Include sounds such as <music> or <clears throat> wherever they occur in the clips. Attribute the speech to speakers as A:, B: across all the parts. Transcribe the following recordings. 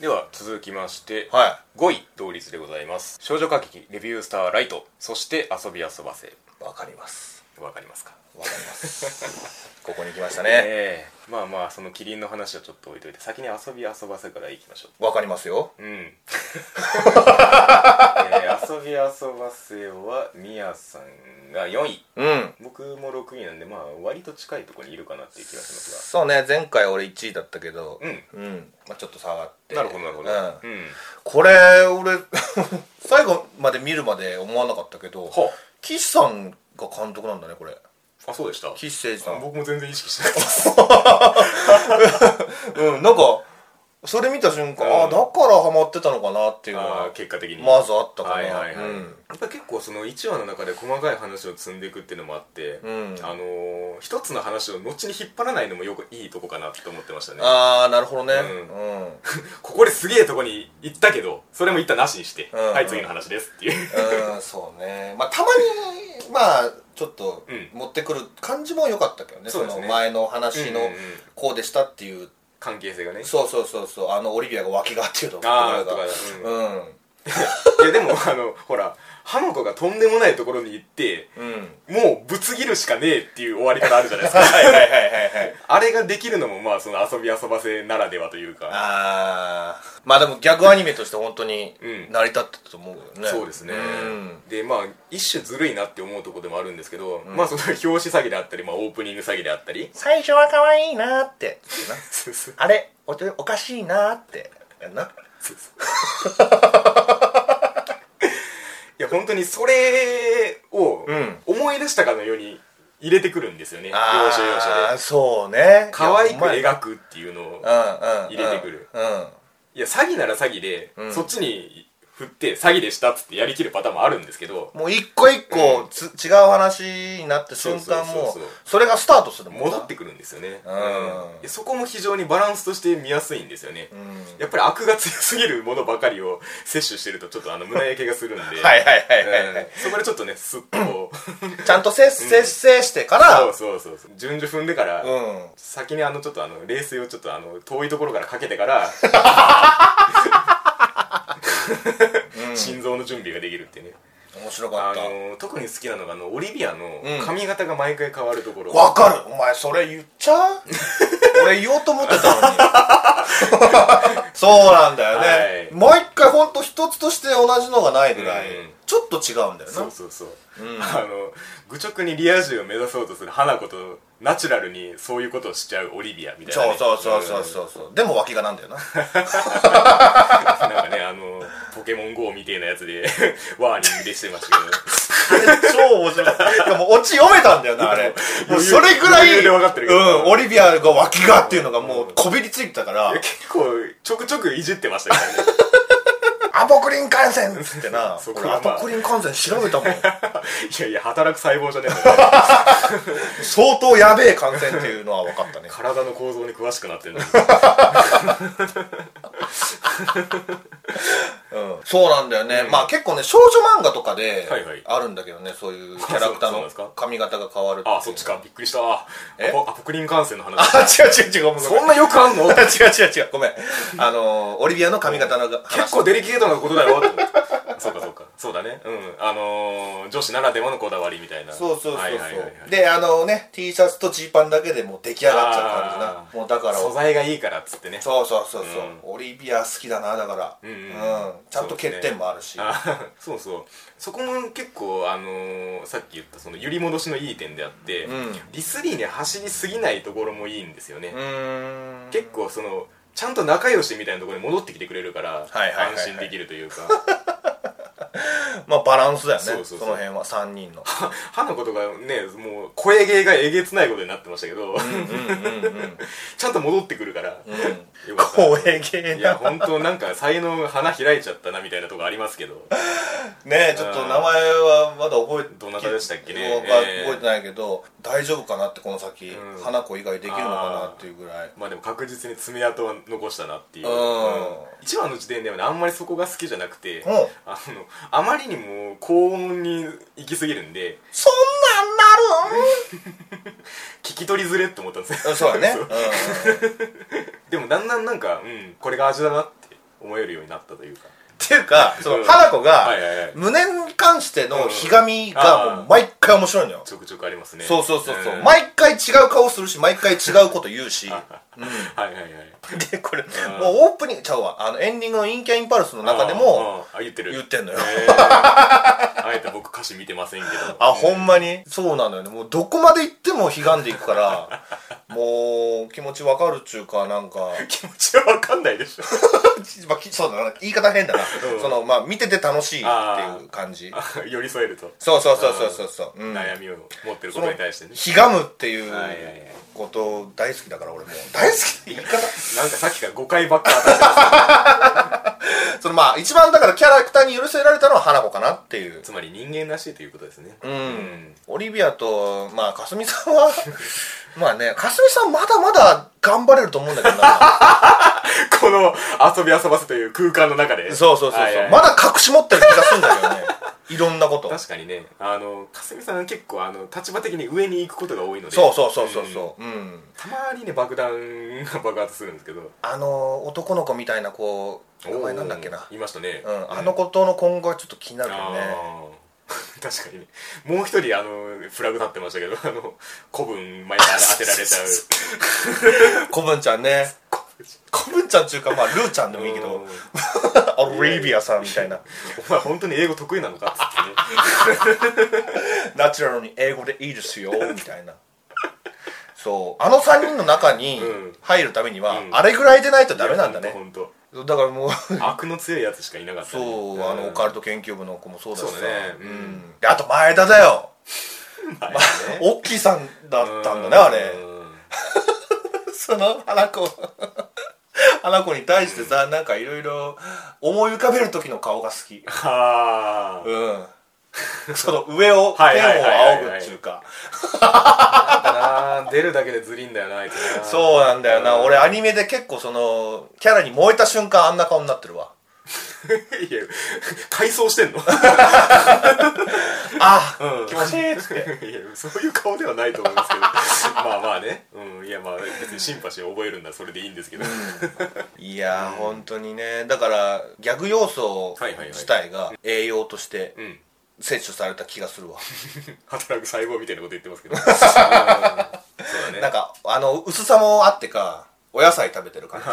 A: では続きまして、
B: は
A: 5位同率でございます少女歌劇レビュースターライトそして遊び遊ばせ
B: いわかり
A: <laughs>
B: ます
A: わかりますか
B: わかりますここに来ましたね
A: ええまあまあそのキリンの話はちょっと置いといて先に遊び遊ばせからいきましょ
B: わかりますよ
A: ううん <laughs> えー遊び遊ばせはみやさんが4位
B: うん
A: 僕も6位なんでまあ割と近いところにいるかなっていう気がします
B: そうね前回俺1位だったけど
A: うん
B: まあ、ちょっと下がって
A: がなるほどなるほど
B: うん
A: うん、
B: これ俺 <laughs> 最後まで見るまで思わなかったけど
A: は
B: 岸さんが監督なんだねこれ
A: ああそうでした
B: 岸誠二さん
A: 僕も全然意識してなかった
B: うんなんかそれ見た瞬間、
A: うん
B: あだからハマってたのかなっていうの
A: あー
B: が
A: 結果的に
B: まずあったかな
A: はいはいはい、
B: う
A: や
B: ん
A: っぱ結構その1話の中で細かい話を積んでいくっていうのもあって、
B: うん
A: あのー一つの話を後に引っ張らないのもよくいいとこかなと思ってましたね
B: ああなるほどね
A: う
B: うん、うん
A: ここですげえとこに行ったけどそれも一旦なしにして、
B: うん
A: はい次の話ですっていう
B: そうねまあたまにまあちょっと
A: うん
B: 持ってくる感じも良かったけどね,、
A: そうですね
B: の前の話の
A: うんうんうん
B: こうでしたっていう、
A: 関係性がね
B: そうそうそうそうあのオリビアが脇がっていうの
A: あーとか
B: う、
A: うん
B: うん
A: いやでもあのほら花子がとんでもないところに行ってもうぶつ切るしかねえっていう終わり方あるじゃないです <laughs> か
B: はいはいはいはいはい
A: あれができるのもまあその遊び遊ばせならではというか
B: <laughs> あーまあでもギャグアニメとして本当に
A: うん
B: 成り立ってたと思うよね、
A: そうですね、
B: うん
A: でまあ一種ずるいなって思うとこでもあるんですけど、まあその <laughs> 表紙詐欺であったり、まあ、オープニング詐欺であったり
B: 最初は可愛いなーってな
A: そうそう
B: あれおとおかしいなーってやんな
A: そう <laughs> いや本当にそれを
B: うん
A: 思い出したかのように入れてくるんですよね、要所要所
B: あ
A: で
B: ーそうね
A: 可愛く
B: いや
A: 描くっていうのを
B: お前うんうんうん
A: 入れてくる
B: うん
A: いや詐欺なら詐欺で、
B: うん
A: そっちに振って詐欺でしたっつってやりきるパターンもあるんですけど
B: もう一個一個
A: うん
B: つ、違う話になった瞬
A: そ
B: 間
A: うそう
B: も
A: そうそう
B: それがスタートするもんな
A: 戻ってくるんですよね、
B: う
A: い
B: ん
A: やそこも非常にバランスとして見やすいんですよね、
B: うん
A: やっぱり悪が強すぎるものばかりを摂取してるとちょっとあの胸焼けがするんで
B: はいはいはいはいはい、
A: うんそこでちょっとねスッとこう
B: <laughs> ちゃんとせっ節制してから
A: そうそうそうそう順序踏んでから、
B: うん
A: 先にあのちょっとあの冷水をちょっとあの遠いところからかけてから、心臓の準備ができるっていうね
B: 面白か
A: あ
B: った
A: の特に好きなのがあのオリビアの
B: うん
A: 髪型が毎回変わるところ、
B: わかるお前それ言っち
A: <laughs>
B: ゃう俺言おうと思ってたのに <laughs> そうなんだよね、
A: はい
B: 毎回ほんと一つとして同じのがないぐらい、
A: うん
B: ちょっと違うんだよな
A: そうそうそう、あの愚直にリア充を目指そうとする花子とナチュラルにそういうことをしちゃうオリビアみたいな、
B: そ
A: ね
B: う、そうそうそうそうそうでも脇がなんだよな
A: うんなんかねあのポケモン GO みたいなやつで <laughs> ワーニングでしてましたけど
B: 超面白いいやもうオチ読めたんだよなあれもうそれぐら
A: 余
B: い
A: 裕で分かってるけど
B: うん、オリビアが脇がっていうのがもうこびりついてたから
A: いや結構ちょくちょくいじってましたからね
B: アポクリン感染っつってな
A: そこ
B: 俺
A: は
B: ア
A: まあ
B: ポクリン感染調べたもん
A: いやいや働く細胞じゃねえんだよ
B: 相当やべえ感染っていうのは分かっ
A: <laughs>
B: たね
A: 体の構造に詳しくなってるのに
B: そうなんだよね、
A: うん
B: まあ結構ね少女漫画とかで
A: はいはい
B: あるんだけどね、そういうキャラクタ
A: そうそ
B: ー
A: うなん
B: の
A: ですか
B: 髪型が変わるっていう
A: あそっちかびっくりしたア
B: え
A: ポアポクリン感染の
B: <laughs> あ
A: 話
B: 違う違う違うごめん
A: そんなよくあ <laughs> んの
B: 違う違う違うごめんあのーオリビアの髪型の話
A: 結構デリケートなことだよ <laughs> そうかそうかそうだねうんあのー、女子ならではのこだわりみたいな
B: そうそうそうそう、
A: はいはいはいはい
B: であのね T シャツとジーパンだけでもう出来上がっちゃう感
A: あ
B: じ
A: ー
B: なもうだから
A: 素材がいいからっつってね
B: そうそうそうそう、
A: うん
B: オリビア好きだなだから
A: うんうんうん
B: ちゃんと欠点もあるし、
A: あそうそうそこも結構あのーさっき言ったその揺り戻しのいい点であって、
B: うん
A: リスリーに走りすぎないところもいいんですよね、
B: うーん
A: 結構そのちゃんと仲良しみたいなところに戻ってきてくれるから、
B: はいはいはいはい
A: 安心できるというか
B: まあバランスだよね
A: そうそうそう
B: の辺は3
A: <laughs>
B: 人の
A: 花子とかねもう声芸がえげつないことになってましたけど、
B: うんうんうんうん
A: ちゃんと戻ってくるから、よかった
B: 光栄系
A: い
B: な
A: や本当なんか才能花開いちゃったなみたいなとこありますけど
B: ねえちょっと名前はまだ覚えて
A: どなたでしたっけね
B: わか
A: ええ
B: 覚えてないけど大丈夫かなってこの先、
A: うん
B: 花子以外できるのかなっていうぐらい
A: まあでも確実に爪痕は残したなっていう、
B: うん
A: 一話の時点ではねあんまりそこが好きじゃなくて、
B: うん
A: あのあまりにも高音に行き過ぎるんで
B: そんなんな
A: 聞き取りずれって思ったんです
B: る
A: よ
B: んそうだね
A: でもだんだんなんかうんこれが味だなって思えるようになったというか
B: っていうかそ
A: うん
B: の花子が
A: はいはいはい
B: 胸に関してのひがみがも
A: あー
B: う毎回面白いのよ
A: ちょくちょくありますね
B: そうそうそうそう、
A: ん
B: 毎回違う顔するし毎回違うこと言うし
A: はいはいはい
B: でこれ
A: ん
B: もうオープニングちゃうわあのエンディングの「陰キャインパルス」の中でも
A: あーあー言ってる
B: 言ってんのよ
A: えーあえて僕歌詞見てませんけど
B: <laughs> あほんまにそうなのよねもうどこまで行っても悲願でいくからもう気持ちわかるっちゅうかな
A: <laughs>
B: んか
A: 気持ちは分かんないでしょ <laughs>
B: まあきそうだな言い方変だな、
A: うん
B: そのまあ見てて楽しいっていう感じ
A: 寄り添えると
B: そうそうそうそうそうそう、うん、
A: 悩みを持ってることに対してね
B: ひがむっていう
A: はいはいはい
B: こと大好きだから俺もう大好きって言い方
A: なんかさっきから誤解ばっか当たってます
B: そのまあ一番だからキャラクターに許せられたのは花子かなってい
A: <laughs>
B: う
A: つまり人間らしいということですね
B: うん、
A: ん <laughs>
B: オリビアとまあかすみさんは <laughs> まあねかすみさんまだまだ頑張れると思うんだけどな
A: この遊び遊ばせという空間の中で
B: そうそうそうそう、
A: はいはい
B: まだ隠し持ってる気がするんだけどねいろんなこ
A: <laughs>
B: と
A: 確かにねあのかすみさん結構あの立場的に上に行くことが多いので
B: そうそうそうそうそううん、
A: たまにね爆弾が爆発するんですけど
B: あの男の子みたいな子名前なんだっけな
A: おーいましたね
B: うん、あの子との今後はちょっと気になるよね
A: あー <laughs> 確かにねもう一人あのフラグ立ってましたけどあの古文前から当てられちゃう
B: こぶんちゃんねこぶんちゃんっていうかまあルーちゃんでもいいけ
A: うん
B: どオリビアさんみたいな
A: お前本当に英語得意なのかっつってね
B: ナチュラルに英語でいいですよみたいなそうあの3人の中に
A: うん
B: 入るためには、
A: うん
B: あれぐらいでない <laughs> とダメなんだね
A: 本当
B: だか
A: <laughs>
B: らもう
A: 悪の強いやつしかいなかった
B: そう
A: ね、、
B: あのオカルト研究部の子もそうだしさ
A: そうだね
B: う
A: うん
B: ん、であと前田だよ
A: まあね
B: <laughs> オッキーさんだったんだねあれ
A: うん
B: その花子花子に対してさ、なんかいろいろ思い浮かべる時の顔が好き
A: はあ <laughs>
B: うんその上を
A: はい
B: 天
A: はい
B: を
A: はいはい
B: 仰ぐっていうか
A: だな出るだけでずりんだよなあいつな
B: そうなんだよな、
A: うん
B: 俺アニメで結構そのキャラに燃えた瞬間あんな顔になってるわ
A: いや改装してん
B: <laughs>
A: の
B: あ、
A: うん
B: 気持ちいいっつって
A: いやそういう顔ではないと思いますけどまあまあね、うん、いやまあ別にシンパシーを覚えるんならそれでいいんですけど、
B: いやー、本当にねだからギャグ要素
A: はいはいはい
B: 自体が栄養として
A: うん、
B: 摂取された気がするわ、
A: 働く細胞みたいなこと言ってます <laughs> けどうんそうだね
B: なんかあの薄さもあってかお野菜食べてる感じ
A: あ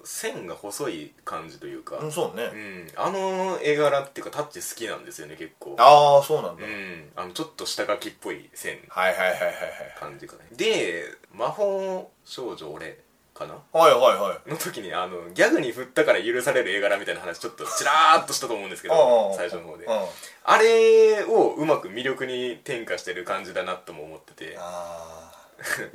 A: ー線が細い感じというか、
B: うんそうね、
A: うん、あの絵柄っていうかタッチ好きなんですよね結構
B: ああそうなん
A: う
B: だ、
A: んあのちょっと下書きっぽい線
B: はいはいはいはい
A: 感じかねで「魔法少女俺」かな
B: はいはいはいはい
A: の時にあのギャグに振ったから許される絵柄みたいな話ちょっとちらーっとしたと思うんですけ
B: あ
A: ど
B: あ
A: 最初の方で
B: うん
A: あれをうまく魅力に転化してる感じだなとも思ってて
B: あ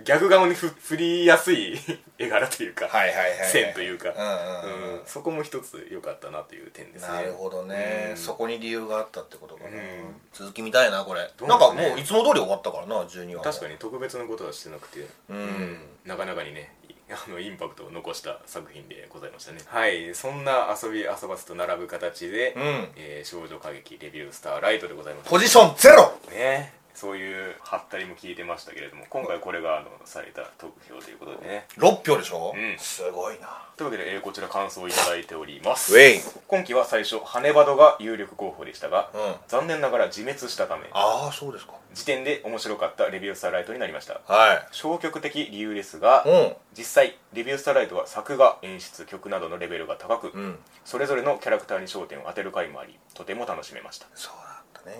A: ギャグ顔にふ振りやすい絵柄というか、
B: あはいはいはい、はい、
A: 線というか、
B: うんうん、うん
A: うんそこも一つ良かったなという点ですね
B: なるほどね、
A: うん
B: そこに理由があったってことかな、
A: ん
B: 続き見たいなこれ、
A: どう
B: な
A: なんんだろ
B: か
A: うね
B: もういつも通り終わったからな12話
A: 確か
B: に
A: に特別なことはしてなくて、
B: うん
A: なかなかにねいあのインパクトを残した作品でございましたねはいそんな遊び遊ばすと並ぶ形で、
B: うん
A: えー少女歌劇レビュースターライトでございます
B: ポジションゼロ
A: ねそういうハったりも聞いてましたけれども今回これがあの最多得票ということでね
B: 6票でしょ、
A: うん
B: すごいな
A: というわけで、えーこちら感想をいただいております
B: ェイ
A: 今期は最初ハネバドが有力候補でしたが、
B: うん
A: 残念ながら自滅したため
B: ああそうですか
A: 時点で面白かったレビュースターライトになりました
B: は
A: 消極的理由ですが、
B: うん
A: 実際レビュースターライトは作画演出曲などのレベルが高く、
B: うん
A: それぞれのキャラクターに焦点を当てる回もありとても楽しめました
B: そうだったね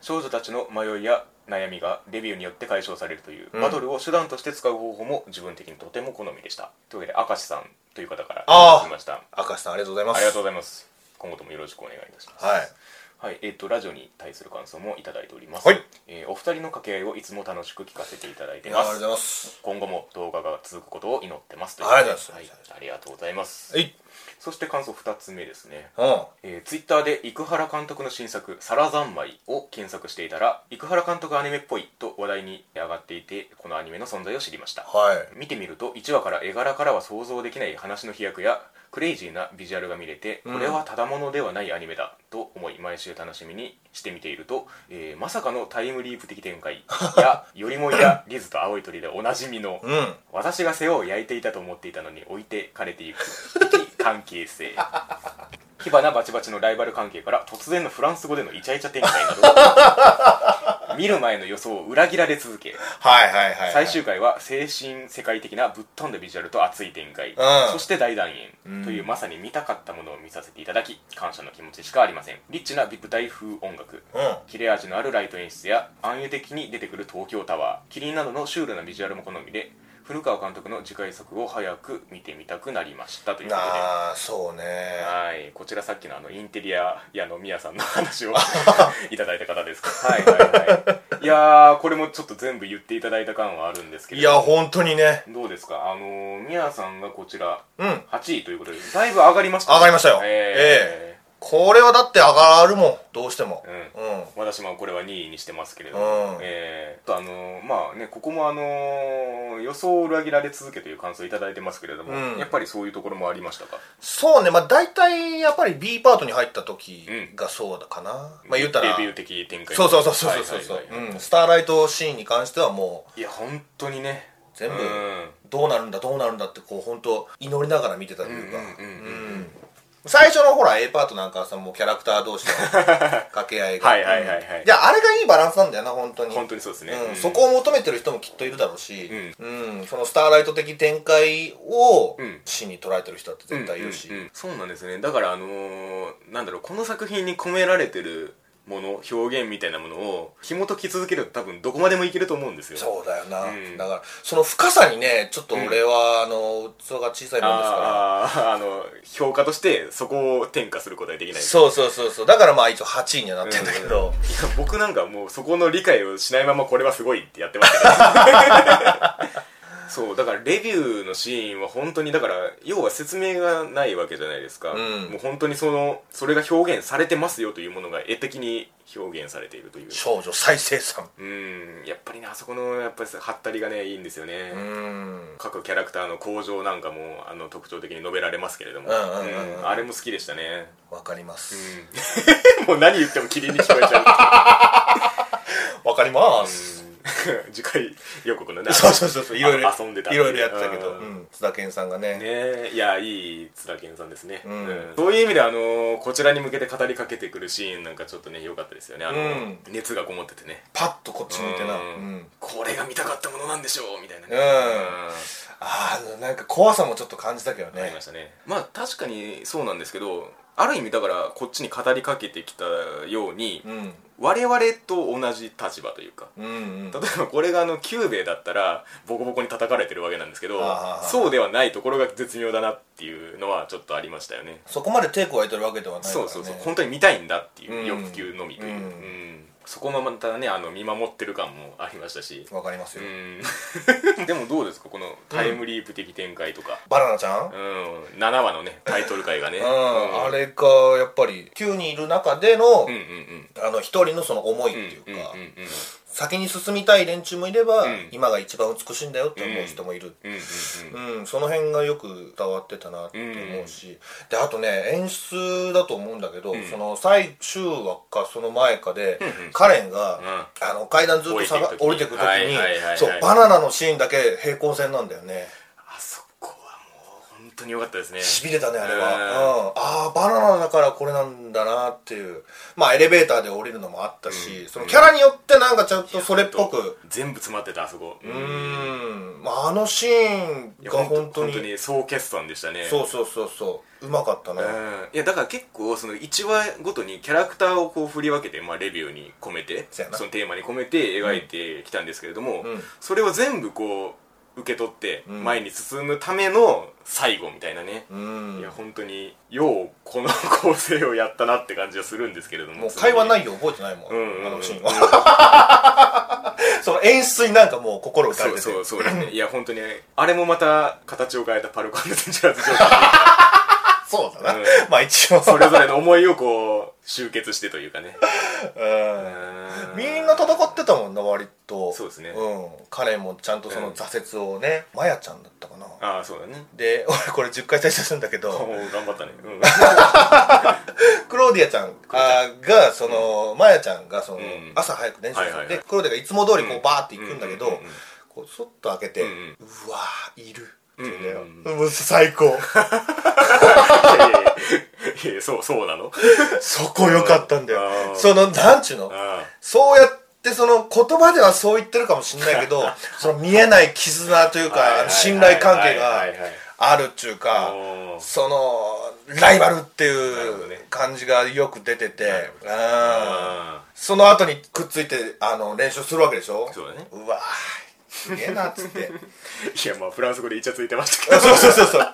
A: 少女たちの迷いや悩みがレビューによって解消されるという、
B: ん
A: バトルを手段として使う方法も自分的にとても好みでしたというわけで明石さんという方から
B: あー
A: きましたあ
B: 明石さんありがとうございます
A: りがとうござ
B: う
A: います今後ともよろしくお願いいたします
B: はい
A: はい、えっ、とラジオに対する感想もいただいております。
B: はい
A: えーお二人の掛け合いをいつも楽しく聞かせていただいて
B: いやあ
A: ま
B: りがとうご
A: す
B: ざい。ます
A: 今後も動画が続くことを祈ってます。と
B: ありがとうございます
A: はいありがとうございます。
B: はい
A: そして感想二つ目ですね。
B: うん
A: えー、ツイッターで生原監督の新作「皿三昧」を検索していたら生原監督アニメっぽいと話題に上がっていてこのアニメの存在を知りました
B: はい
A: 見てみると1話から絵柄からは想像できない話の飛躍やクレイジーなビジュアルが見れて
B: うん
A: これはただものではないアニメだと思い毎週楽しみにして見ていると、えーまさかのタイムリープ的展開
B: <laughs>
A: やよりもいやリズと青い鳥でおなじみの
B: うん
A: 私が背を焼いていたと思っていたのに置いてかれていく関係性火花バチバチのライバル関係から突然のフランス語でのイチャイチャ展開など見る前の予想を裏切られ続け
B: はいはいはい、
A: 最終回は精神世界的なぶっ飛んだビジュアルと熱い展開、
B: うん
A: そして大団
B: うん
A: 円というまさに見たかったものを見させていただき感謝の気持ちしかありませんリッチなビ舞台風音楽
B: うん
A: 切れ味のあるライト演出や暗喩的に出てくる東京タワーキリンなどのシュールなビジュアルも好みで古川監督の次回作を早く見てみたくなりましたということで
B: ああそうね
A: はいこちらさっきのあのインテリア屋のみやさ
B: <laughs>
A: んの話をいただいた方ですかはいはいはいいやーこれもちょっと全部言っていただいた感はあるんですけれ
B: い
A: ど
B: や本当にね
A: どうですかあのー、みやさんがこちら
B: うん
A: 8位ということでだいぶ上がりましたね
B: 上がりましたよ
A: え
B: これはだって上がるもんどうしても
A: えうん
B: うん
A: 私もこれは2位にしてますけれど
B: うん
A: も、えー、あとあのーまあねここもあのー予想を裏切られ続けという感想をいただいてますけれども、
B: うん
A: やっぱりそういうところもありましたか
B: そうねまあ大体やっぱり B パートに入った時がそうだかな、まあ言ったら
A: レビュー的展開
B: そうそうそうそうそう
A: はいはいはい
B: うんスターライトシーンに関してはもう
A: いや本当にね
B: 全部
A: うん
B: どうなるんだどうなるんだってこう本当祈りながら見てたというか
A: うんうんうんうん
B: うん最初のほら A パートなんかはさもうキャラクター同士の掛け合い
A: <laughs>
B: が
A: はいはいはいはい
B: うんやあれがいいバランスなんだよな本当に
A: 本当にそうですね、
B: うん
A: うん
B: そこを求めてる人もきっといるだろうし、うんそのスターライト的展開を
A: うん
B: 真に捉えてる人だって絶対いるし、
A: うんうんうんそうなんですねだからあのーなんだろうこの作品に込められてるもの表現みたいなものを紐解き続けると多分どこまでもいけると思うんですよ
B: そうだよな、
A: うん
B: だからその深さにねちょっと俺は、あの器が小さいもんですから
A: あーあーあの評価としてそこを転嫁することはできないです
B: そうそうそうそうだからまあ一応8位にはなってんだけど、
A: いや <laughs> 僕なんかもうそこの理解をしないままこれはすごいってやってます
B: <laughs>
A: けどそうだからレビューのシーンは本当にだから要は説明がないわけじゃないですか、
B: うん
A: もう本当にそのそれが表現されてますよというものが絵的に表現されているという
B: 少女再生産
A: うんやっぱりねあそこのやっぱりハったりがねいいんですよね、
B: うん
A: 各キャラクターの向上なんかもあの特徴的に述べられますけれども、
B: うんうんうんうん
A: うんあれも好きでしたね
B: わかります
A: うん <laughs> もう何言ってもキリンに聞こえちゃ
B: わ、かりま
A: う
B: す、
A: うん次回予告のね
B: そうそうそうそういろいろ
A: あ遊んでた
B: いろいろやってたけ
A: う
B: ど、うんん、津田健さんがね
A: ねいやいい津田健さんですね、
B: うん
A: そういう意味であのこちらに向けて語りかけてくるシーンなんかちょっとね良かったですよねあの、
B: うん
A: 熱がこもっててね
B: パッとこっち向いてな、
A: うん
B: うん
A: これが見たかったものなんでしょうみたいなね
B: うんああなんか怖さもちょっと感じたけど
A: あり
B: ね
A: ましたねまあ確かにそうなんですけどある意味だからこっちに語りかけてきたように、
B: うん
A: 我々と同じ立場というか
B: うんうん
A: 例えばこれがあのキューベだったらボコボコに叩かれてるわけなんですけど
B: あー
A: そうではないところが絶妙だなっていうのはちょっとありましたよね
B: そこまで手加えてるわけではないから、
A: そう
B: ね、
A: そうそう本当に見たいんだっていううん欲求のみという、
B: うん
A: うんそこもまたねあの見守ってる感もありましたし、
B: わかります
A: う
B: よ、
A: ん、 <laughs> でもどうですかこのタイムリープ的展開とか、
B: バナナちゃん、うん
A: うん、7話のねタイトル回がね、うん
B: あれがやっぱり9人いる中で
A: うんう
B: の,、
A: んうん
B: あの一人のその思いっ
A: うん
B: ていうか、
A: うんうんうん
B: 先に進みたい連中もいれば、
A: うん
B: 今が一番美しいんだよって思う人もいる、
A: うんうんうん
B: うんその辺がよく伝わってたなって思うし、であとね演出だと思うんだけど、
A: ん
B: その最終話かその前かで、
A: うんうん
B: カレンが、
A: ん
B: あの階段ずっと下が降
A: 降
B: り
A: りて
B: てく
A: く
B: 時
A: 時
B: に、
A: にはいはいはいはい
B: そうバナナのシーンだけ平行線なんだよね
A: あそこはもう本当に良かったですね
B: しびれたねあれ
A: う
B: は、うん、ああバナナだからこれなんだなっていうまあエレベーターで降りるのもあったし、そのキャラによってなんかちょっとそれっぽく
A: 全部詰まってたあそこう
B: うーん、まあ、あのシーン
A: いや
B: が本当に
A: 本当に総決算でしたね
B: そうそうそうそううまかったな、
A: うんいやだから結構その1話ごとにキャラクターをこう振り分けて、まあ、レビューに込めて
B: そうやな
A: のテーマに込めて描いてきたんですけれども、
B: うん
A: それを全部こう受け取って
B: ん
A: 前に進むための最後みたいなね、
B: うん
A: いや本当にようこの構成をやったなって感じはするんですけれども
B: もう会話
A: い
B: 内容覚えてないもん、
A: うんうんうん
B: あのシーンは、 <laughs> その演出になんかもう心打たれ
A: そ
B: て
A: う
B: て
A: そうそう
B: <laughs>
A: ですねいや本当にあれもまた形を変えたパルコンセンチュラーズ状態
B: あそうだな、
A: うん
B: <laughs> まあ一応
A: それぞれの思いをこう集結してというかね
B: うん
A: う
B: <laughs> みんな戦ってたもんな割と
A: そうですね
B: うん、彼もちゃんとその挫折をね、マヤちゃんだったかな
A: ああそうだね
B: で <laughs> 俺これ10回再生するんだけ
A: お
B: ど
A: ー頑張ったね
B: <laughs>
A: うん
B: クローディアちゃんあーがその、マヤちゃんがその、
A: ん
B: 朝早く練習し
A: は
B: て、
A: いはいはい
B: でクローディアがいつも通りこうバーって行くんだけど、
A: うんうんうんうん
B: こうそっと開けて、う
A: うん
B: わーいるっていうね、
A: うんうん
B: もう最 <laughs> 高
A: いやいやそうそうなの
B: <laughs> そこ良かったんだよ
A: うん
B: そのなんちゅうのそうやってその言葉ではそう言ってるかもしれないけ <laughs> どその見えない絆というか
A: はいはいはい
B: 信頼関係
A: は
B: が
A: いはいはい
B: あるっちゅうか
A: おー
B: そのライバルって
A: なるほ
B: い
A: どね
B: う感じがよく出てて、うん
A: あ
B: その後にくっついてあの練習するわけでしょ
A: そうだね
B: うわーすげえなっつって <laughs>
A: ーいやまあフランス語でイチャついてましたけど
B: そうそうそうそう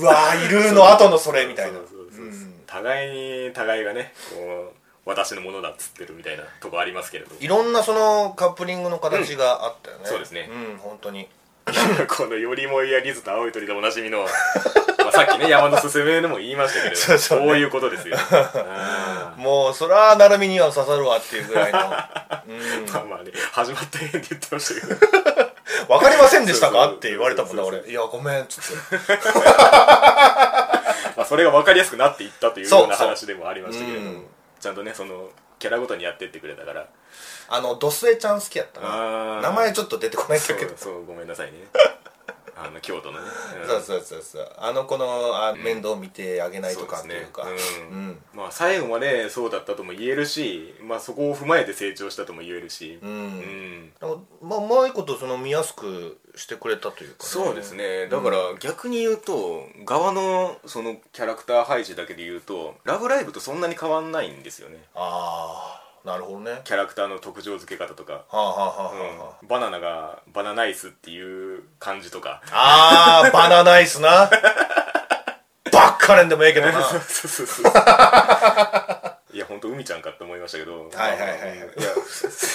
B: うわーいるの後のそれみたいな
A: そうそうそうそう互いに互いがねこう私のものだっつってるみたいなとこありますけれど
B: いろんなそのカップリングの形があったよね、
A: んそうですね
B: うん本当に
A: <laughs> この「よりもいやリズと青い鳥」でおなじみのまあさっきね山のすすめでも言いましたけれど
B: <laughs> そうそうね
A: こういうことですようん
B: もうそりゃ成美には刺さるわっていうぐら
A: <laughs>
B: いの <laughs> うん
A: まあまあね始まったへんって言ってましたけど
B: わかりませんでした
A: そう
B: か
A: そう
B: って言われたもんな
A: そうそう
B: 俺いやごめんっつって
A: まあ、それが分かりやすくなっていったという
B: そう
A: ような
B: そう
A: 話でもありましたけれども、
B: うん
A: ちゃんとねそのキャラごとにやってってくれたから
B: あのドスエちゃん好きやった
A: あー
B: な名前ちょっと出てこないん
A: そ
B: だけ
A: う
B: ど
A: そうごめんなさい <laughs> ねあの京都のね、うん
B: そうそうそうそうあの子のあ面倒見てあげないとかっていうか
A: そうですね
B: う
A: うん
B: ん
A: まあ最後までそうだったとも言えるし、まあ、そこを踏まえて成長したとも言えるし、
B: う
A: うんん
B: でもまあうまいことその見やすくしてくれたというか
A: そうですねだから逆に言うと側のそのキャラクター配置だけで言うと「ラブライブ!」とそんなに変わんないんですよね
B: ああなるほどねは
A: キャラクターの特徴付け方とか、
B: あはあはあ
A: う
B: はあは
A: ん、バナナがバナナイスっていう感じとか
B: ああーバナナイスなばっかれんでもええけどな
A: そうそうそうそ
B: <laughs>
A: ういや本当海ちゃんかって思いましたけど
B: はいはいはいはい
A: いや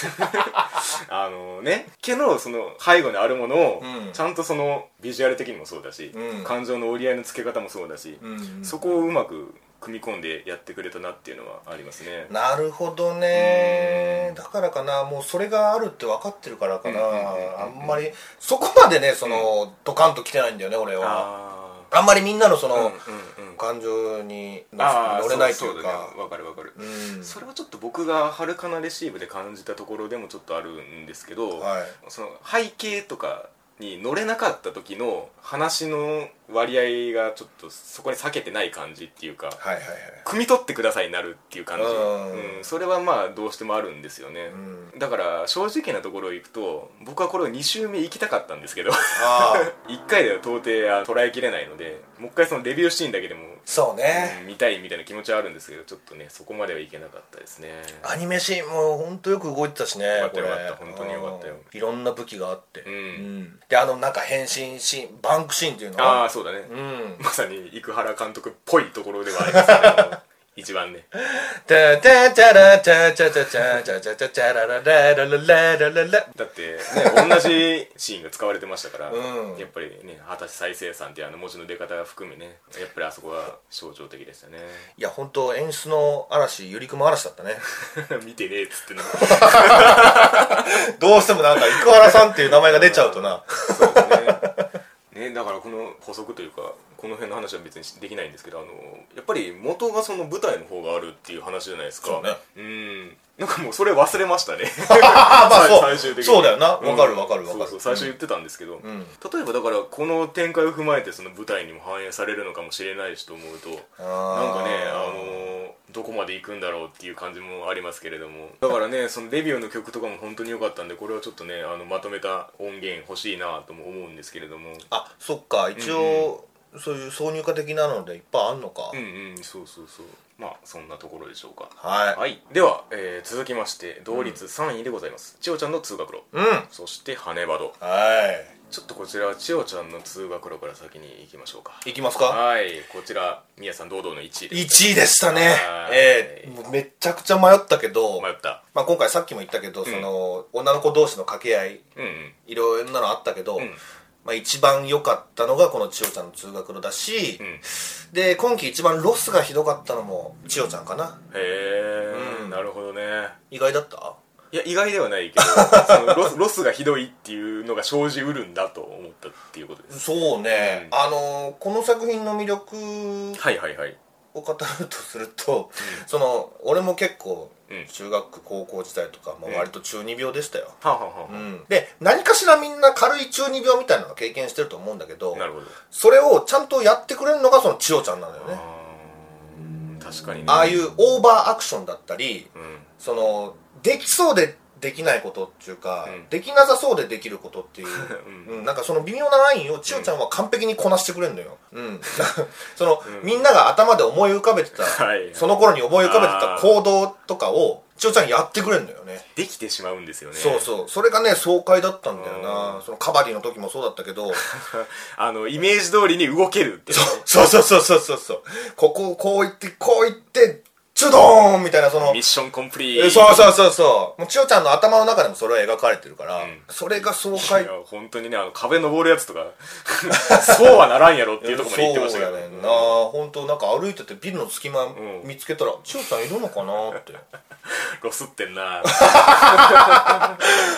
A: <laughs> あのねけどその背後にあるものを、
B: うん
A: ちゃんとそのビジュアル的にもそうだし、
B: うん
A: 感情の折り合いのつけ方もそうだし、
B: うん
A: そこをうまく組み込んでやってくれたなっていうのはありますね
B: なるほどねだからかなもうそれがあるって分かってるからかな
A: うんうんうん
B: あんまりそこまでねその、ドカンと来てないんだよね俺は
A: あ
B: あんまりみんなのそ
A: あうん
B: の、
A: うんうん
B: 感情に
A: あー
B: 乗れないという
A: そそ
B: か
A: うだねわかるわかる、
B: うん
A: それはちょっと僕がはるかなレシーブで感じたところでもちょっとあるんですけど、
B: はい
A: その背景とかに乗れなかった時の話の割合がちょっとそこに避けてない感じっていうか
B: はいはいはい
A: 汲み取ってくださいになるっていう感じ、
B: うん
A: うんそれはまあどうしてもあるんですよね、だから正直なところをいくと僕はこれを2周目行きたかったんですけど
B: ああ
A: <laughs> 1回では到底あ捉えきれないのでもう一回そのレビューシーンだけでも、
B: そうね、
A: うん見たいみたいな気持ちはあるんですけどちょっとねそこまではいけなかったですね
B: アニメシーンも本当よく動いてたしね
A: かった
B: これ
A: よかった本当によかったよ
B: うんいろんな武器があって、
A: うん
B: んであのなんか変身シーンバンクシーンっていうの
A: あ
B: は
A: あそうだね、
B: うん
A: まさに生原監督っぽいところではありますけども <laughs> 一番ね
B: タタタラタタタタタタタタララララララララ
A: だって、ね、同じシーンが使われてましたから、
B: うん
A: やっぱりね「果たし再生産」っていうあの文字の出方含めねやっぱりあそこは象徴的でしたね <laughs>
B: いや本当演出の嵐ゆりくま嵐だったね
A: 見てねえっつっての
B: どうしてもなんか生原さんっていう名前が出ちゃうとな
A: そうですねねだからこの補足というかこの辺の話は別にできないんですけどあのやっぱり元がその舞台の方があるっていう話じゃないですか
B: そうね
A: んなんかもうそれ忘れま <laughs> したね
B: ああまあ
A: 最最
B: そ
A: 終的
B: う
A: に
B: そうだよなわ
A: うん
B: かるわかるわか
A: そ
B: る
A: うそう最初言ってたんですけど、
B: ん
A: 例えばだからこの展開を踏まえてその舞台にも反映されるのかもしれないしと思うとなんかねあのーどこまで行くんだろうっていう感じもありますけれどもだからねそのデビューの曲とかも本当に良かったんでこれはちょっとねあのまとめた音源欲しいなとも思うんですけれども
B: あそっか一応そういう挿入歌的なのでいっぱいあんのか
A: うんうんそうそうそうまあそんなところでしょうか
B: はい
A: はいでは、えー続きまして同率3位でございます、千代ちゃんの通学路
B: うん
A: そして羽バド
B: は
A: ちょっとこちらは千代ちゃんの通学路から先に行きましょうか
B: いいきますか
A: はいこちら宮さん堂々の1位です
B: 1位でしたね
A: はい
B: ええもうめっちゃくちゃ迷ったけど
A: 迷った
B: まあ今回さっきも言ったけどその女の子同士の掛け合い
A: うんうん
B: いろんなのあったけど、
A: ん
B: まあ、一番良かったのがこの千代ちゃんの通学路だし、
A: うん
B: で今季一番ロスがひどかったのも千代ちゃんかな
A: へえ、
B: うん
A: なるほどね
B: 意外だった
A: いや意外ではない <laughs> けどそのロスロスがひどいっていうのが生じうるんだと思ったっていうことです
B: そうね、
A: うん
B: あのーこの作品の魅力
A: はいはいはい
B: を語るとすると、その俺も結構
A: うん
B: 中学高校時代とか、まあ、
A: うん
B: 割と中二病でしたよ、
A: はあ、はあはあ
B: うんで何かしらみんな軽い中二病みたいなのは経験してると思うんだけど
A: なるほど
B: それをちゃんとやってくれるのがその千代ちゃんなのよね
A: あー確かにね
B: ああいうオーバーアクションだったり
A: うん
B: そのできそうでできないことっていうか、
A: うん
B: できなさそうでできることってい
A: <laughs>
B: う、
A: う
B: うん、なんかその微妙なラインを千代ちゃんは完璧にこなしてくれるのよ、うん、 <laughs> その、
A: うん
B: みんなが頭で思い浮かべてた、
A: はい
B: その頃に思い浮かべてた行動とかを千代ちゃんやってくれるのよね
A: できてしまうんですよね
B: そうそうそれがね爽快だったんだよな、
A: うん
B: そのカバディの時もそうだったけど
A: あのイメージ通りに動けるってね
B: <laughs> そうそうそうそうそうそうここをこう言ってこう言ってチュドーンみたいなその
A: ミッションコンプリー
B: え
A: ト
B: そうそうそうそうもう千代ちゃんの頭の中でもそれは描かれてるから、
A: うん
B: それが爽
A: い
B: 快
A: や本当にねあの壁登るやつとか <laughs> そうはならんやろっていうところまで言ってましたけど
B: そうやねんな、本当なんか歩いててビルの隙間
A: ん
B: 見つけたら「千代ちゃんいるのか
A: <laughs>
B: な?」って
A: ロスってん
B: <laughs>
A: な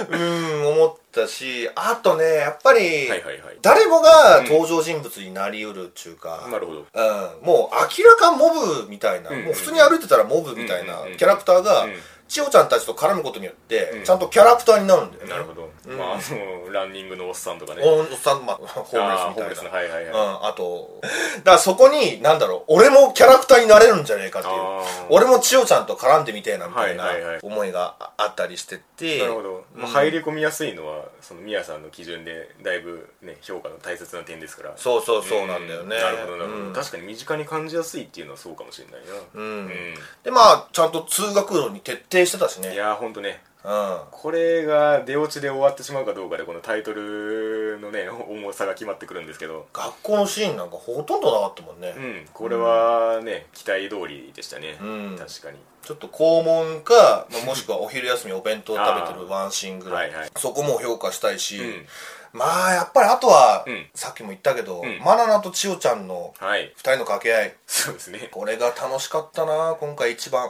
B: うん思ったしあとねやっぱり、
A: はいはいはい
B: 誰もが登場人物になりうるっちゅうか、
A: なるほど
B: うん、もう明らかモブみたいな、
A: んうん
B: もう普通に歩いてたらモブみたいな
A: うんうんうん
B: キャラクターが、
A: うん
B: 千代ちゃんたちと絡むことによって、
A: うん
B: ちゃんとキャラクターになるんだよね
A: なるほど、まあ、あのランニングのおっさんとかね
B: おおっさん、まあ、ホー
A: あーホーム
B: ムレスみたいな
A: レスのはいはいはい
B: うん、あとだからそこになんだろう俺もキャラクターになれるんじゃねえかっていう
A: あー
B: 俺も千代ちゃんと絡んでみてえなみたいな
A: はいはいはい
B: 思いがああったりしてて
A: なるほど、まあ、入り込みやすいのはそのミヤさんの基準でだいぶね評価の大切な点ですから
B: そうそうそうなんだよね、
A: んなるほどなるほど、
B: うん
A: 確かに身近に感じやすいっていうのはそうかもしれないな
B: うん
A: う
B: でまあちゃんと通学路に徹底してたし
A: んい
B: ね
A: やーほんとね
B: うん
A: これが出落ちで終わってしまうかどうかでこのタイトルのね重さが決まってくるんですけど
B: 学校のシーンなんかほとんどなかったもんね、
A: うんこれはね期待通りでしたね、
B: うん
A: 確かに
B: ちょっと校門か、まあ、もしくはお昼休みお弁当食
A: <laughs>
B: べてるワンシーンぐらい、
A: はいはい
B: そこも評価したいし、
A: うん
B: まあやっぱりあとは、
A: うん
B: さっきも言ったけど、
A: ん
B: マナナと千代ちゃんの
A: はい
B: 2人の掛け合い
A: そうですね
B: これが楽しかったな今回一番、
A: うん、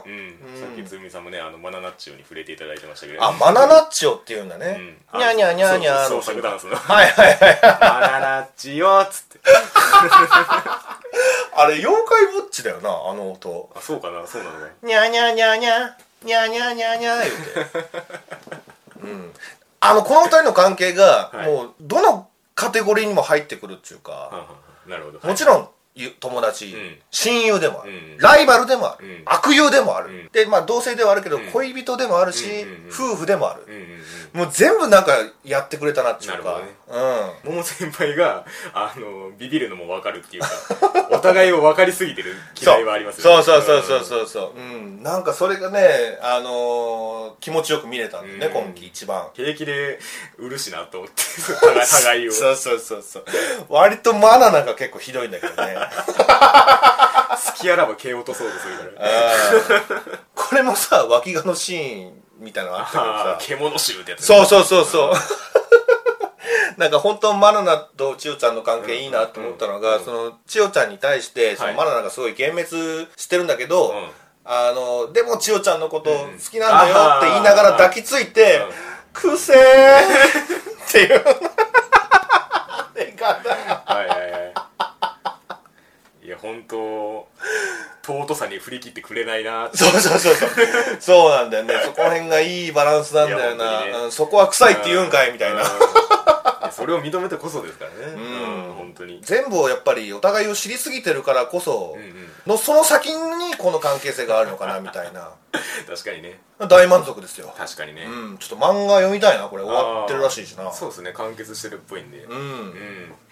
A: さっきつみさんもねあのマナナッチオに触れていただいてましたけれど
B: あマナナッチョっていうんだ
A: う
B: ね
A: ん、
B: ニャーニャーニャーニャー
A: そう
B: の
A: そう創作ダンス
B: <laughs>
A: の
B: はいはいはい
A: マナナッチオっつって
B: あれ妖怪ぼっちだよなあの音
A: あそうかなそうなのね
B: ニャーニャーニャーニャーニャーニャーニャーニャー言うてうんあのこの二人の関係が、
A: はい
B: もうどのカテゴリーにも入ってくるっていうか、
A: はあはあなるほど
B: もちろんゆ友達、
A: ん
B: 親友でもある、
A: うん
B: ライバルでもある、
A: うん
B: 悪友でもある、
A: うん
B: でまあ同性ではあるけど、
A: ん
B: 恋人でもあるし、
A: うんうんうん
B: 夫婦でもある、
A: うんうんうん
B: もう全部なんかやってくれたなっていう
A: な
B: か、
A: る
B: うん
A: 桃先輩があのビビるのも分かるっていうか <laughs> お互いを分かりすぎてる嫌いはありますよ
B: そうそうそうそうそうそううんなんかそれがねあのー気持ちよく見れたんだよね、
A: うん
B: 今季一番
A: 平気で売るしなと思って互い互いを
B: そうそうそうそう割とマナナが結構ひどいんだけど
A: <laughs>
B: ね
A: 隙あらば蹴落とそうとするから
B: うんこれもさ脇がのシーンみたいなのあったけど
A: ああ
B: さ
A: 獣臭ってやつ
B: そうそうそうそう <laughs> なんか本当マナナと千代ちゃんの関係いいなと思ったのが、
A: うん
B: その千代ちゃんに対してその
A: はい
B: マナナがすごい幻滅してるんだけど、
A: ん
B: あのでも千代ちゃんのこと好きなんだ
A: う
B: よ
A: ん
B: って言いながら抱きついて
A: うん
B: 「くせー」って
A: <laughs>
B: いうあれがな
A: はいはいはいいや本当尊さに振り切ってくれないなって
B: そうそうそうそうそうなんだよねそこら辺がいいバランスなんだ
A: い
B: よ
A: や
B: な、
A: 本当にね
B: うんそこは臭いって言うんかいみたいな
A: うんいやそれを認めてこそですからね
B: ん
A: うん本当に
B: 全部をやっぱりお互いを知りすぎてるからこそ
A: うんうん
B: のその先にこの関係性があるのかなみたいな
A: 確かにね
B: 大満足ですよ、
A: 確かにね
B: うん、ちょっと漫画読みたいなこれ終わってるらしいし
A: あ
B: な
A: ーそうですね完結してるっぽいんで
B: う
A: うん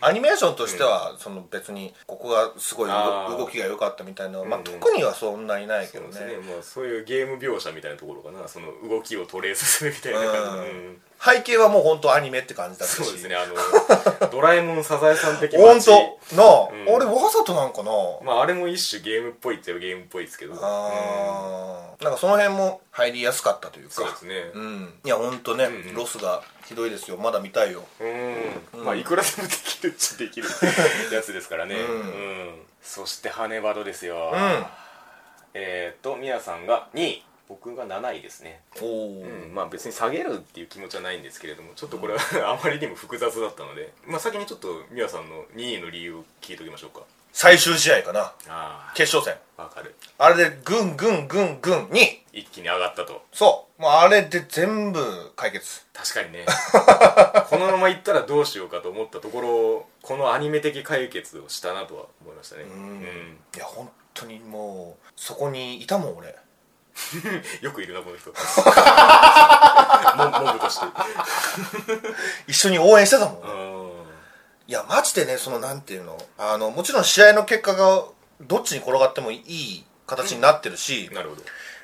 B: アニメーションとしては、その別にここがすごい
A: あ
B: 動
A: ー
B: 動きが良かったみたいなのは、まあ、
A: うんうん
B: 特にはそんなにない
A: そ
B: け
A: う
B: ど
A: です
B: ね
A: ねもうそういうゲーム描写みたいなところかなその動きをトレースするみたいな感じ
B: う
A: の
B: ん
A: うん
B: 背景はもう本当アニメって感じだったし
A: そうですねあのドラえもんサザエさん的
B: <laughs> 本
A: 街
B: 当なあ、
A: うん
B: 俺わざとなんかな、
A: まああれも一種ゲームっぽいっちゃゲームっぽいですけどうん
B: あーなんかその辺も入りやすかったというか
A: そうですね
B: うん、いや本当ね、
A: うん
B: ロスがひどいですよまだ見たいよ
A: うん、まあいくらでもできるっちゃできるやつですからね、
B: う
A: うんんそしてハネバドですよ、
B: うん
A: えー、っとミヤさんが2位僕が7位ですね、
B: おお、
A: うん、まあ別に下げるっていう気持ちはないんですけれどもちょっとこ <laughs> れはあまりにも複雑だったので、まあ、先にちょっとミヤさんの2位の理由を聞いておきましょうか
B: 最終試合かな
A: あ
B: 決勝戦
A: あわかる
B: あれでぐんぐんぐんぐんに
A: 一気に上がったと
B: そうもうあれで全部解決
A: 確かに
B: <laughs>
A: ねこのままいったらどうしようかと思ったところこのアニメ的解決をしたなとは思いましたね
B: んいや本当にもうそこにいたもん俺
A: よくいるなこの
B: <laughs>
A: 人モモブとして
B: 一緒に応援してたもん、
A: う
B: い
A: ん
B: やマジでねそのなんていうのあのもちろん試合の結果がどっちに転がってもいい形になってるし
A: なるほど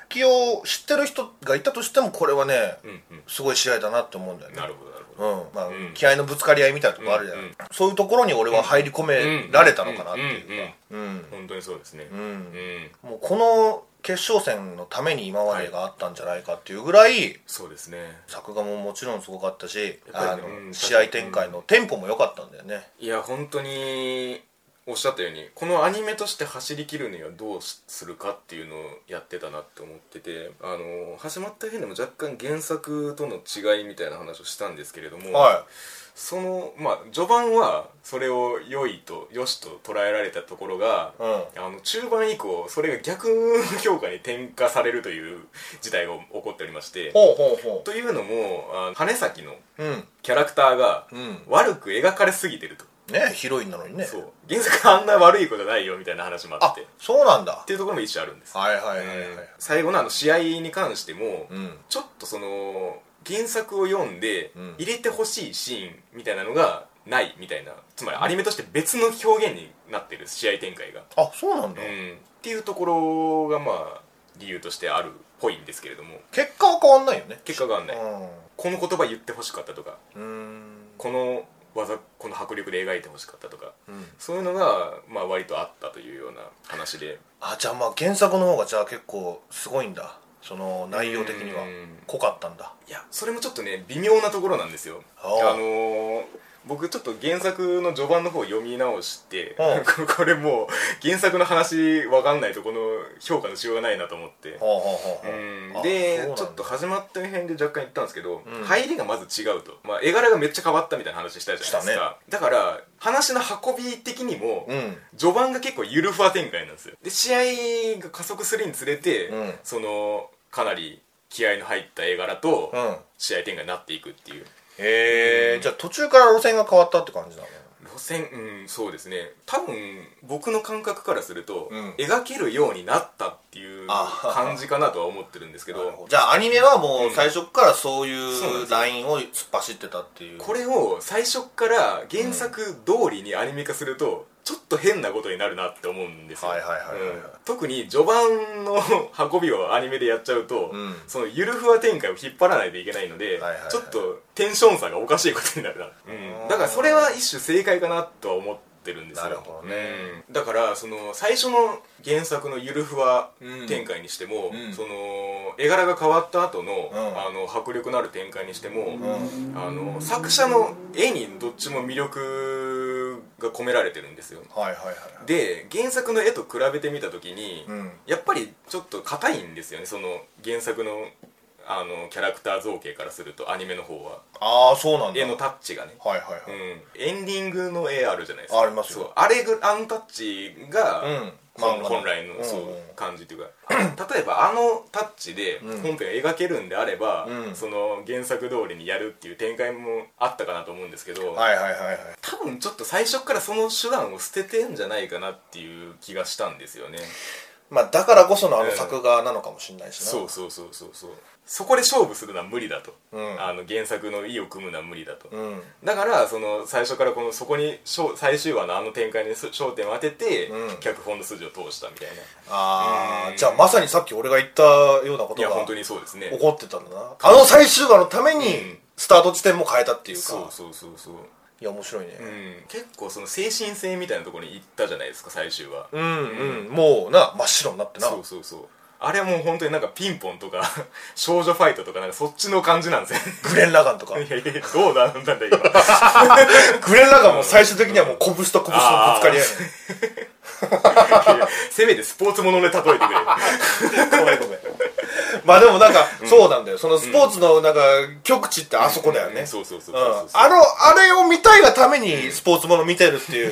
B: 気を知ってる人がいたとしてもこれはね
A: うんうん
B: すごい試合だなって思うんだよね
A: なるほどなるほど
B: うんまあ
A: ん
B: 気合のぶつかり合いみたいなとこあるじゃん、
A: うんうん
B: そういうところに俺は入り込められたのかなっていうかうん、
A: 本当にそうですね
B: うん
A: うん
B: もうこの決勝戦のために今までがあったんじゃないかっていうぐらい
A: そうですね
B: 作画ももちろんすごかったし、
A: ぱ
B: あ
A: りねう
B: の
A: ん
B: 試合展開のテンポも良かったんだよね
A: いや本当におっしゃったようにこのアニメとして走り切るにはどうするかっていうのをやってたなって思っててあの始まった辺でも若干原作との違いみたいな話をしたんですけれども、
B: は
A: そのまあ序盤はそれを良いと良しと捉えられたところが、
B: い、うん、
A: あの中盤以降それが逆評価に転化されるという事態が起こっておりまして
B: ほうほうほ
A: というのもあの羽崎の
B: ううん
A: キャラクターが
B: うん
A: 悪く描かれすぎてると、
B: ねヒロインなのにね
A: そう原作あんな悪い子じゃないよみたいな話もあ
B: あ
A: ってっ
B: そうなんだ
A: ていうところも一種あるんです、
B: はいはいはいはい
A: うん最後のあの試合に関しても、
B: うん
A: ちょっとその原作を読んで
B: うん
A: 入れてほしいシーンみたいなのがないみたいなつまりアニメとして別の表現になってる試合展開が、
B: あそうなん
A: うん、っ
B: だ、
A: ていうところがまあ理由としてあるっぽいんですけれども
B: 結果は変わんないよね
A: 結果があんない、
B: う
A: この言葉言ってほしかったとか
B: んうん
A: この技この迫力で描いてほしかったとか
B: うん
A: そういうのが、まあ、割とあったというような話で
B: あじゃあまあ原作の方がじゃあ結構すごいんだその内容的には
A: うん
B: 濃かったんだ
A: いやそれもちょっとね微妙なところなんですよあ
B: ああ
A: のー僕ちょっと原作の序盤の方を読み直して
B: あ
A: <laughs> これもう原作の話わかんないとこの評価のしようがないなと思って
B: ほうほうほうほう
A: うん
B: あそう
A: で
B: なんだ
A: ちょっと始まった辺で若干言ったんですけど、
B: うん
A: 入りがまず違うと、まあ、絵柄がめっちゃ変わったみたいな話したじゃないです
B: した
A: か、だから話の運び的にも、
B: うん
A: 序盤が結構ゆるふわ展開なんですよで試合が加速するにつれて、
B: うん
A: そのかなり気合の入った絵柄と、
B: うん
A: 試合展開になっていくっていう
B: へえじゃあ途中から路線が変わったって感じなの
A: 路線うんそうですね多分僕の感覚からすると、
B: うん
A: 描けるようになったっていう
B: あ
A: 感じかなとは思ってるんですけど
B: じゃあアニメはもう
A: うん
B: 最初からそ
A: そうな
B: う
A: ん
B: い
A: で
B: う
A: す
B: ラインを突っ走ってたっていう
A: これを最初から原作通りにアニメ化すると、ちょっと変なことになるなって思うんですよ、
B: はいはいはいはいはい
A: うん特に序盤の運びをアニメでやっちゃうと、
B: うん
A: そのゆるふわ展開を引っ張らないといけないので、
B: はいはいはい
A: ちょっとテンション差がおかしいことになるな、
B: うん
A: だからそれは一種正解かなとは思ってるんですよ
B: なるほどね
A: うんだからその最初の原作のゆるふわ展開にしても、
B: うん
A: その絵柄が変わった後の、
B: うん
A: あの迫力のある展開にしても、
B: うん
A: あの作者の絵にどっちも魅力が込められてるんですよ
B: はいはいはい
A: で原作の絵と比べてみた時に、
B: うん
A: やっぱりちょっと硬いんですよねその原作のあのキャラクター造形からするとアニメの方は
B: ああそうなんだ
A: 絵のタッチがね、
B: はいはいは
A: う
B: い
A: ん、エンディングの絵あるじゃないですか
B: ありますよ
A: そうあれぐあのタッチが、
B: うん
A: 本
B: 漫画の
A: 本来の、そう
B: うんうん
A: 感じというか <clears throat> 例えばあのタッチで
B: う
A: 本
B: ん
A: 編を描けるんであれば、
B: うん
A: その原作通りにやるっていう展開もあったかなと思うんですけど、
B: はいはいはいはい
A: 多分ちょっと最初からその手段を捨ててんじゃないかなっていう気がしたんですよね
B: まあだからこそのあの
A: うん
B: 作画なのかもしれないしな
A: そうそうそうそうそうそこで勝負するのは無理だと、
B: うん
A: あの原作の意を組むのは無理だと、
B: うん
A: だからその最初からこのそこに焦最終話のあの展開にす焦点を当てて、
B: うん
A: 脚本の筋を通したみたいな
B: あ
A: う
B: あ
A: ん
B: じゃあまさにさっき俺が言ったようなこ
A: い
B: と
A: や
B: が
A: 本当にそうですね
B: 怒ってたんだなあの最終話のため
A: う
B: に
A: ん
B: スタート地点も変えたっていう
A: そう
B: か
A: そうそうそう
B: いや面白いね
A: うん結構その精神性みたいなところに行ったじゃないですか最終話
B: うんうんもうな真っ白になってな
A: そうそうそうあれはもう本当になんかピンポンとか <laughs> 少女ファイトとかなんかそっちの感じなんですよ <laughs>
B: グレン・ラガンとか
A: いやいやどうなんだんだ今 <laughs>
B: グレン・ラガンも最終的にはもう拳と拳のぶつかり合い
A: せめてスポーツもので例えてくれ
B: ごめんごめん <laughs> まあでもなんか、そうなんだよそのスポーツのなんか極地ってあそこだよね、
A: うんそうそうそう
B: うん
A: そう <laughs> そう
B: あのあれを見たいがためにスポーツもの見てるってい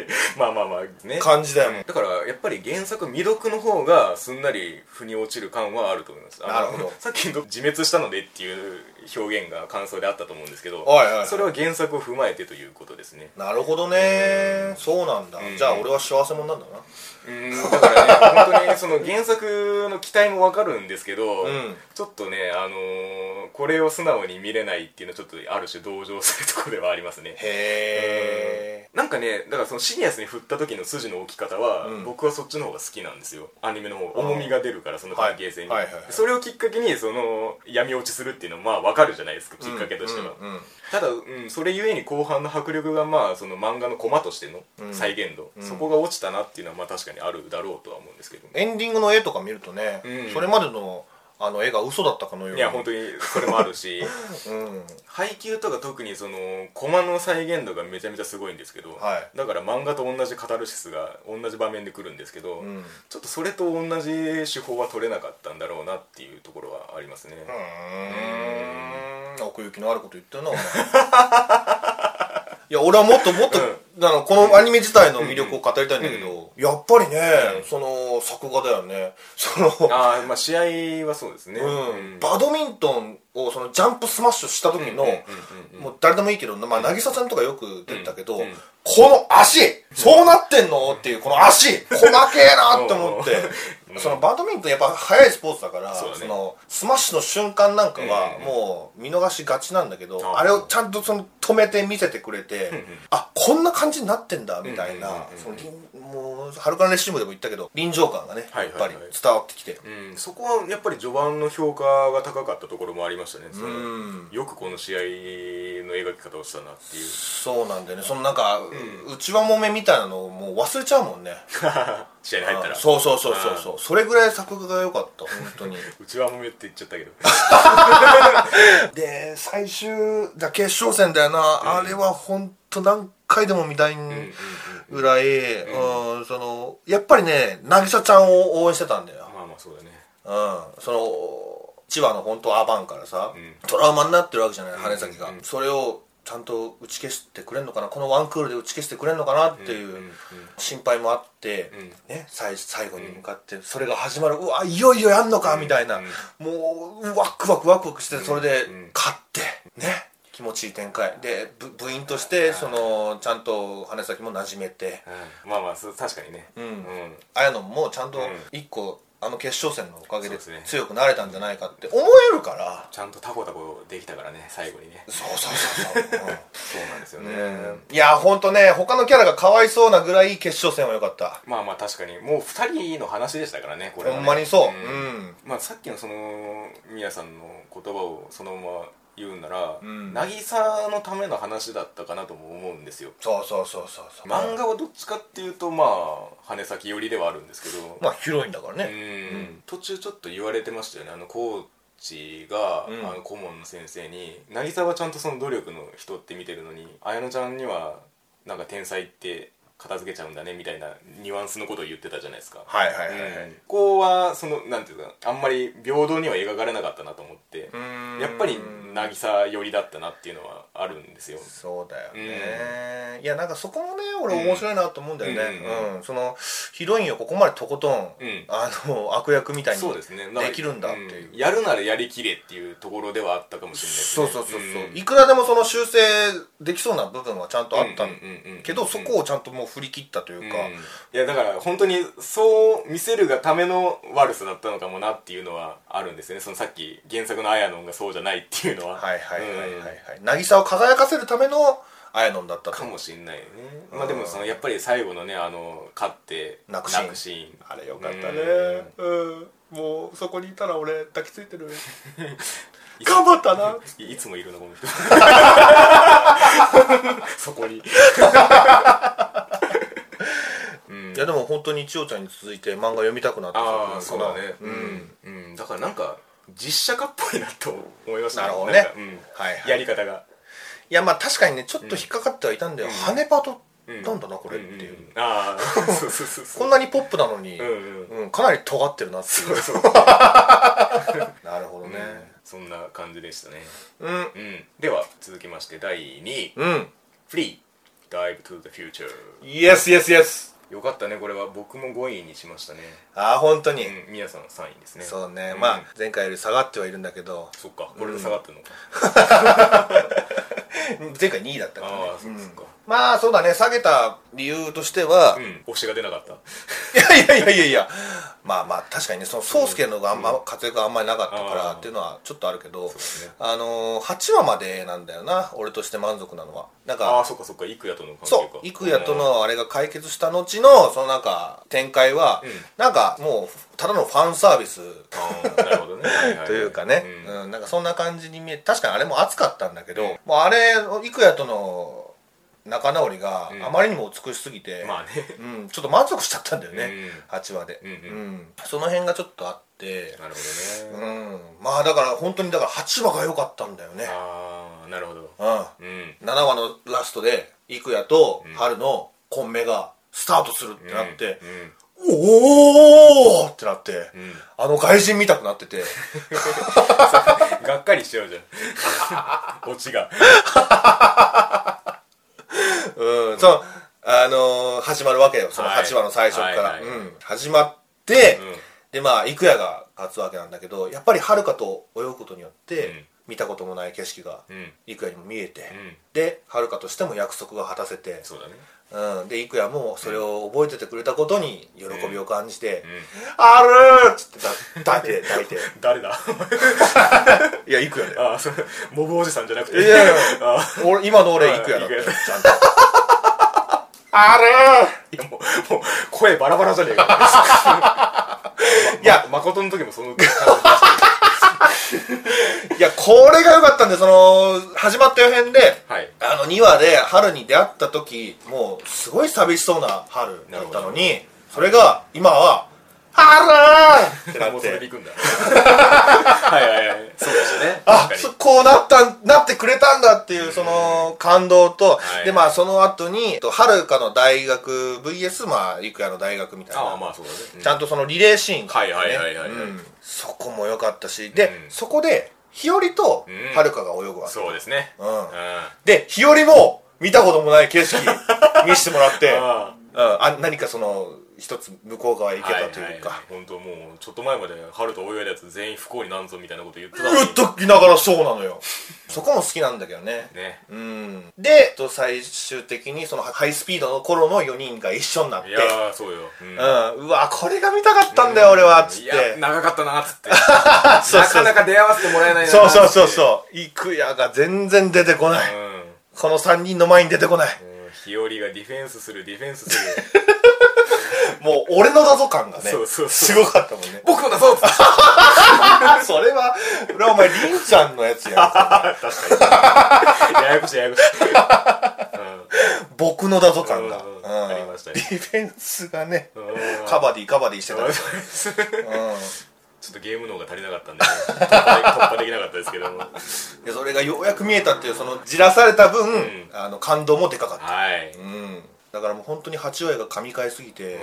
B: う
A: まあまあまあね
B: 感じだよもん
A: だからやっぱり原作未読の方がすんなり腑に落ちる感はあると思いますあの
B: なるほど
A: <laughs> さっきの「自滅したので」っていう表現が感想であったと思うんですけど
B: はいはいはい
A: それは原作を踏まえてということですね
B: なるほどねそうなんだ、
A: ん
B: じゃあ俺は幸せ者なんだな
A: うんだからね本当にその原作の期待もわかるんですけど、
B: うん
A: ちょっとね、あのーこれを素直に見れないっていうのはちょっとある種同情するところではありますね
B: へえ
A: なんかねだからそのシニアスに振った時の筋の置き方は、
B: うん
A: 僕はそっちの方が好きなんですよアニメの方が
B: うん
A: 重みが出るからその関係性に、
B: はいはいはいはい
A: それをきっかけにその闇落ちするっていうのはまあわかるじゃないですかきっかけとしては、
B: うんうん
A: ただ、うん、それゆえに後半の迫力がまあその漫画のコマとして
B: う
A: の
B: ん
A: 再現度、
B: うん
A: そこが落ちたなっていうのはまあ確かにあるだろうとは思うんですけど、ね
B: エンディングの絵とか見るとね、
A: うん
B: それまでのあの絵が嘘だったかのように
A: いや本当にそれもあるし <laughs>
B: うん
A: 配給とか特にそのコマの再現度がめちゃめちゃすごいんですけど、
B: はい
A: だから漫画と同じカタルシスが同じ場面で来るんですけど、
B: うん
A: ちょっとそれと同じ手法は取れなかったんだろうなっていうところはありますね、
B: うーん奥行きのあること言ってるなお前 <laughs> いや俺はもっともっと、あのこのアニメ自体の魅力を語りたいんだけど、やっぱりね、
A: うん
B: その作画だよねその、
A: ああまあ試合はそうですね
B: うん
A: うん
B: バドミントンをそのジャンプスマッシュした時の、
A: うんうんうん
B: もう誰でもいいけど、まあ、渚さんとかよく出てたけど、
A: うんうん
B: この足そうなってんのっていうこの足細けえなって思って
A: うん
B: そのバドミントンやっぱ速いスポーツだから
A: そうだね
B: のスマッシュの瞬間なんかは
A: うん
B: もう見逃しがちなんだけど、
A: あ
B: あれをちゃんとその止めて見せてくれて、あこんな感じになってんだみたいな、その臨もうハルカンレシーブでも言ったけど臨場感がねや
A: はい
B: っ
A: はい
B: ぱ
A: はい
B: り伝わってきて、
A: うんそこはやっぱり序盤の評価が高かったところもありましたねその
B: うん
A: よくこの試合の描き方をしたなって
B: <laughs>
A: いう <laughs>
B: そうなんだよねそのなんか、うちわもめみたいなのをもう忘れちゃうもんね
A: 試合に入ったら
B: あそうそうそうそうそうそれぐらい作画が良かった本当に
A: うちはもめって言っちゃったけど
B: <laughs> で最終だ決勝戦だよな、あれは本当何回でも見たいぐらい、うんそのやっぱりね渚ちゃんを応援してたんだよ、
A: まあまあそうだね
B: うん、その千葉の本当アバンからさ、
A: ん
B: トラウマになってるわけじゃない羽根崎が、
A: うんうん
B: それをちゃんと打ち消してくれんのかなこのワンクールで打ち消してくれんのかなっていう
A: うんうんうん
B: 心配もあって、
A: ん
B: ね、最最後に向かってそれが始まるうわいよいよやんのかみたいな、
A: うん
B: もうワクワクワクワクしてそれで
A: うん
B: 勝ってね気持ちいい展開で部部員としてそのちゃんと羽根崎も馴染めて
A: うんまあまあそう確かにね
B: うん
A: うん
B: 綾野もちゃんと
A: うん
B: 一個あの決勝戦のおかげで
A: そうですね
B: 強くなれたんじゃないかって思えるから
A: ちゃんとタコタコできたからね最後にね
B: そうそうそうそう、
A: そうなんですよ <laughs>
B: う
A: ね
B: んいやほんとね他のキャラがかわいそうなぐらい決勝戦は良かった
A: まあまあ確かにもう2人の話でしたからねこれはね
B: ほんまにそう
A: うんまあ、さっきのそのみやさんの言葉をそのまま言うなら、
B: うん
A: 渚のための話だったかなとも思うんですよ
B: そうそうそうそうそう
A: 漫画はどっちかっていうとまあ羽先寄りではあるんですけど、
B: まあ広いんだから
A: う
B: ね
A: ん途中ちょっと言われてましたよねあのコーチが、
B: うん
A: あの顧問の先生に「渚はちゃんとその努力の人って見てるのに綾乃ちゃんにはなんか天才って片付けちゃうんだね」みたいなニュアンスのことを言ってたじゃないですか。
B: はいはいはいはい
A: うんここはそのなんていうかあんまり平等には描かれなかったなと思って
B: うん
A: やっぱり渚寄りだったなっていうのはあるんですよ
B: そうだよね、いやなんかそこもね俺面白いなと思うんだよね
A: うんうん
B: うんそのヒロインをここまでとことん、
A: ん
B: あの悪役みたいに
A: そうですね
B: できるんだっていう、
A: やるならやりきれっていうところではあったかもしれないです
B: そ
A: ね
B: うそうそうそう、
A: ん
B: いくらでもその修正できそうな部分はちゃんとあった
A: うんうんうんうん
B: けどそこをちゃんともう振り切ったというか、
A: うんいやだから本当にそう見せるがための悪さだったのかもなっていうのはあるんですよねそのさっき原作のアヤノンがそうじゃないっていうのは
B: はいはいはいはい
A: うん
B: はい、渚を輝かせるためのアヤノンだったと
A: かもしんないね、まあでもそのやっぱり最後のねあの勝って
B: 泣くシーン
A: ン
B: あれよかったねうんもうそこにいたら俺抱きつ
A: <laughs>
B: いてる頑張ったない
A: いつもいるのこの
B: <laughs>
A: 人そこに
B: いやでも本当に千代ちゃんに続いて漫画読みたくなった
A: ああそうだね
B: うん、
A: うん、うん、だからなんか実写化っぽいなと思いました
B: なるほどね
A: なんかうん
B: はいはい
A: やり方が
B: いやまあ確かにねちょっと引っかかってはいたんだよ、羽パト
A: うん
B: なんだなこれっていう、
A: んああそうそうそうそ
B: <laughs> こ
A: うん
B: なにポップなのに、
A: う
B: うんん
A: うん
B: かなり尖ってるなっていうなるほどね
A: そんな感じでしたね、
B: うん
A: うん、では続きまして第2位
B: うん
A: 「フリーダイブトゥ the future
B: イエスイエスイエス」
A: よかったねこれは僕も5位にしましたね
B: ああ本当に、
A: うん宮さん3位ですね
B: そうね、
A: ん
B: まあ前回より下がってはいるんだけど
A: そっかこれで下がってるのか、
B: 前回2位だったからね
A: ああそっかそっか
B: まあそうだね下げた理由としては、
A: うん、
B: い
A: 推しが出なかった
B: やいやいやいやいやまあまあ確かにねその宗介のがあんま、活躍があんまりなかったか
A: あ
B: ら
A: ー
B: っていうのはちょっとあるけど
A: すね
B: あのー、8話までなんだよな俺として満足なのはなん
A: ああ
B: か
A: そっかそっか幾谷との関係
B: そ
A: か
B: う幾谷とのあれが解決した後のそのなんか展開は、
A: うん
B: なんかもうただのファンサービス
A: ああなるほどねはいはは
B: というかね、
A: う
B: うん
A: ん
B: なんかそんな感じに見え確かにあれも熱かったんだけど、
A: うん
B: もうあれ幾谷との仲直りが
A: うん
B: あまりにも美しすぎて、
A: まあね
B: うん、ちょっと満足しちゃったんだよね、
A: う
B: 8話で、
A: うんうん
B: その辺がちょっとあって
A: ん、なるほ
B: う
A: ど
B: ん
A: ね、
B: まあだから本当にだから8話が良かったんだよね、
A: ああなるほど
B: うん、7
A: うん
B: 話のラストで幾谷と春のコンメがスタートするってなって、おおーってなって、
A: うん、うんうん、
B: あの外人見たくなってて
A: がっかりしちゃうじゃん <laughs> オチが
B: うんそのあのー始まるわけよその8話の最初から、
A: はいはいはい
B: うん、始まって、
A: うん
B: でまあ幾谷が勝つわけなんだけどやっぱり遥かと泳ぐことによって、
A: うん
B: 見たこともない景色が
A: うん
B: 幾谷にも見えて、
A: うん
B: で遥かとしても約束が果たせて、
A: そうだね
B: うん、で幾谷もそれを覚えててくれたことに喜びを感じて
A: う
B: 「
A: ん
B: あるー!」っつってだ抱いて
A: <laughs>
B: 抱いて
A: 誰だ
B: いや幾谷だよ
A: ああそれモブおじさんじゃなくて
B: いやいや
A: ああ
B: 俺今の俺幾谷だったよ
A: 幾谷
B: ちゃんとあるー
A: いやもうもう声バラバラじゃねえか
B: いや
A: 誠の時もそ <laughs> の
B: いや、これが良かったんで、その、始まった予編で、
A: はい
B: あの、2話で春に出会った時、もう、すごい寂しそうな春だったのに、それが、今は、春ーってな
A: もう
B: っ <laughs>
A: それで
B: て、
A: 行くんだはいはいはいそうでしたね
B: あ
A: 確、かに
B: そこうなった、なってくれたんだっていう、その、感動と、
A: い
B: で、まあ、その後に、と春かの大学 VS、まあ、ゆくやの大学みたい
A: ああ
B: な、
A: まあそうだねう
B: ちゃんとそのリレーシーンが
A: は
B: ね、
A: いはいはいはいはい
B: うんそこも良かったし、で、
A: うん
B: そこで、日和と
A: うん
B: 遥かが泳ぐわけ。
A: そうですね
B: うん
A: うんあ
B: で、日和も見たこともない景色見せてもらって、うん
A: <laughs> あ
B: あ何かその、一つ向こう側へ行けたというか、
A: 本当もうちょっと前まで春と泳いだやつ全員不幸になんぞみたいなこと言ってたのに
B: うっときながらそうなのよ。そこも好きなんだけどね。
A: ね
B: うん、で、と最終的にそのハイスピードの頃の4人が一緒になって
A: い、やーそうよ、うん
B: うん、うわ、これが見たかったんだよ、俺は、つっ
A: いや
B: て。
A: 長かったなっつって
B: <laughs> そう
A: な
B: そ
A: か
B: う
A: なか出会わせてもらえないな
B: そうそうそう
A: う
B: そう。イクヤが全然出てこない。
A: う
B: この3人の前に出てこない。
A: んうん日和がディフェンスするディフェンスする
B: <laughs> もう俺のだぞ感がね、
A: そうそうそう
B: すごかったもんね。 <laughs>
A: 僕もだぞっつって
B: それは、俺はお前、りんちゃんのやつや。
A: 確かにややこしいややこしい、
B: 僕のだぞ感が。
A: うんうん
B: うん
A: ありましたね
B: ディフェンスがね、
A: <laughs> うんうん
B: カバディカバディしてたけど。
A: ち
B: う
A: ょっとゲーム能が足りなかったんで、ね、突破で突破できなかったですけども
B: ん。で、それがようやく見えたっていう、その、じらされた分、
A: ん
B: あの、感動もでかかった。
A: はい、
B: うん。だからもう本当に八話が噛み替えすぎて、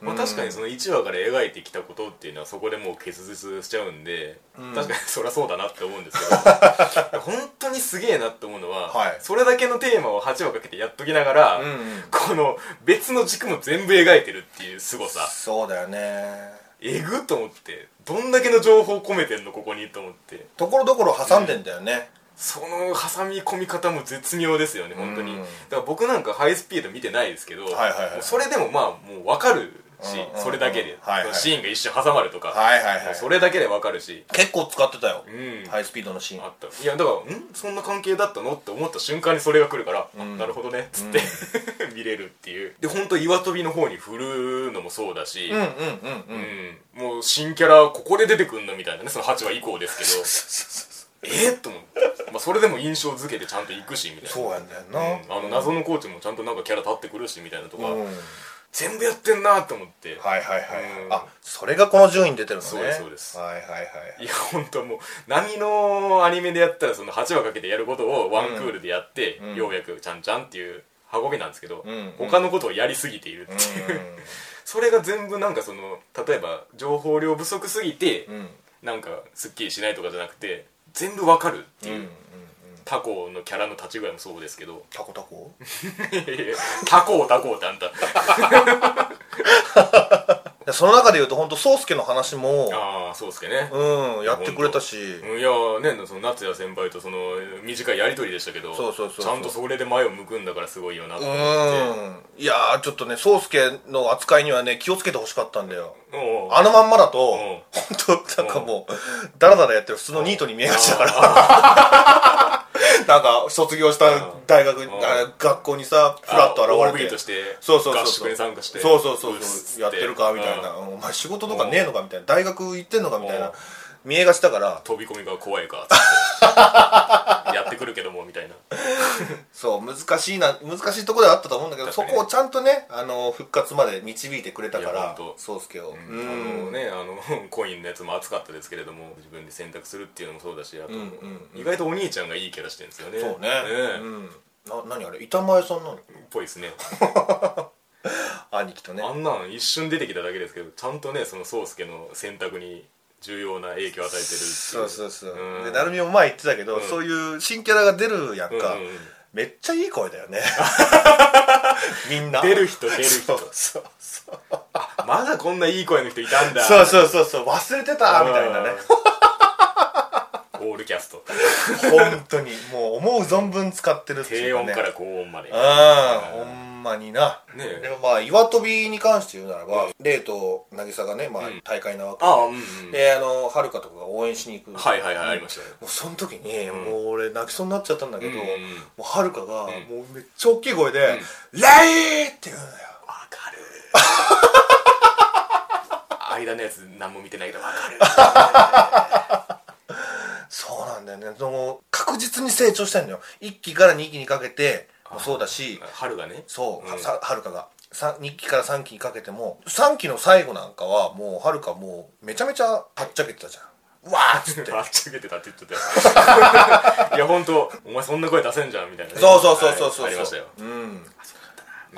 A: まあ、確かにその1話から描いてきたことっていうのはそこでもう結実しちゃうんで、確かにそりゃそうだなって思うんですけど本当にすげえなって思うのは、
B: はい
A: それだけのテーマを8話かけてやっときながら、
B: うんうん
A: この別の軸も全部描いてるっていう凄さ
B: そうだよね。
A: えぐっと思ってどんだけの情報込めてんのここにと思って
B: ところどころ挟んでんだよね。
A: その挟み込み方も絶妙ですよね本当に、
B: うん
A: だから僕なんかハイスピード見てないですけど、
B: はいはいはい
A: もうそれでもまあもう分かるし、
B: うんうんうん
A: それだけで、
B: はいはい
A: シーンが一瞬挟まるとか、
B: はいはいは
A: もう
B: い。
A: それだけで分かるし
B: 結構使ってたよ
A: う。ん、
B: ハイスピードのシーン
A: あ。ったいやだからんそんな関係だったのって思った瞬間にそれが来るから、あなるほどねっつって、 <laughs> 見れるっていうで本当岩飛びの方に振るのもそうだし、
B: うんうんうんうん。
A: うんもう新キャラここで出てくんのみたいなねその8話以降ですけどえっと思って、まあ、それでも印象付けてちゃんと行くしみたいな
B: そうやんだよな。
A: うんあの謎のコーチもちゃんとなんかキャラ立ってくるしみたいなとか、
B: うん
A: 全部やってんなと思って、
B: はいはいはい、
A: うん
B: あそれがこの順位に出てるのね
A: そうですそうです
B: はいはいはい
A: い、や本当もう波のアニメでやったらその8話かけてやることをワンクールでやって、
B: ん
A: ようやくちゃんちゃんっていう運びなんですけど、
B: うんうん
A: 他のことをやりすぎているっていう、 <laughs> それが全部なんかその例えば情報量不足すぎて、
B: うんうん
A: なんかすっきりしないとかじゃなくて全部わかるっていう、
B: うんうん
A: 他校のキャラの立ち具合もそうですけど <laughs>
B: タコタコ <laughs>
A: 他校他校ってあんた
B: でその中で言うと本当宗介の話も
A: ああそうっすけね、
B: うんやってくれたし
A: うんいやーねその夏也先輩とその短いやり取りでしたけど
B: そうそうそうそう
A: ちゃんとそれで前を向くんだからすごいよなって
B: う
A: 思って
B: んいやーちょっとね宗介の扱いにはね気をつけてほしかったんだよ
A: おう
B: あのまんまだと
A: ん
B: 本当なんかもうダラダラやってる普通のニートに見えがちだから <laughs> なんか卒業した大学
A: ん
B: あ学校にさフラッと
A: あ
B: 現
A: OB
B: れて
A: として
B: そうそうそうそう
A: 合宿に参加して
B: そうそうそう
A: っつ
B: そうやってるかみたいな
A: うん
B: お前仕事とかねえのかみたいな大学行ってんのかみたい
A: うん
B: な見えがちだから
A: 飛び込みが怖い
B: <laughs>
A: かっつってやってくるけどもみたいな
B: そう難しいな難しいところではあったと思うんだけど
A: 確か
B: そ
A: にね
B: こをちゃんとねあの復活まで導いてくれたか
A: いや
B: ら
A: ほんと
B: 宗介を
A: あ
B: うん
A: のねあのコインのやつも熱かったですけれども自分で選択するっていうのもそうだしあと、
B: んうん
A: 意外とお兄ちゃんがいいキャラしてるんですよね
B: そうね
A: え
B: うんな何あれ板前さんなの
A: っぽいですね
B: 兄貴とね
A: あんなん一瞬出てきただけですけどちゃんとねその宗介の選択に重要な影響を与えてるっていう
B: そうそうそう、
A: うん
B: で成美も前言ってたけど、
A: うん
B: そういう新キャラが出るやんか、
A: うんうんうん
B: めっちゃいい声
A: <laughs>
B: だよねみんな
A: 出る人出る人
B: そうそうそう
A: まだこんないい声の人いたんだ
B: そう
A: う
B: そうそうそう忘れてたみたいなね
A: <laughs> うんオールキャスト
B: 本当にもう思う存分使ってるってい
A: 低
B: う
A: 音
B: ね
A: から高音まで
B: うん、ほんまにな、
A: ねえ
B: でもまあ岩跳びに関して言うならば、レイと渚がね、まあ、大会なわけ
A: ああうんうん
B: であのはるかとかが応援しに行く
A: はいはいはいありましたね
B: もうその時に、もう俺泣きそうになっちゃったんだけど、
A: うんうんうん
B: もうはるかが、もうめっちゃ大きい声で「レイ!」って言うんだよ
A: わか
B: <laughs>
A: る間のやつ何も見てないけどわか
B: <laughs>
A: る
B: そうなんだよねその確実に成長してんだよ1期から2期にかけてもそうだし
A: 春がね
B: そう、
A: うん
B: さはるかがさ2期から3期にかけても3期の最後なんかはもうはるかもうめちゃめちゃはっちゃけてたじゃんわー
A: <laughs>
B: っつって
A: あっちゃけてたって言って <laughs> たよいや本当お前そんな声出せんじゃんみたいなね
B: そうそうそうそうそう、
A: はいありましたよ
B: うん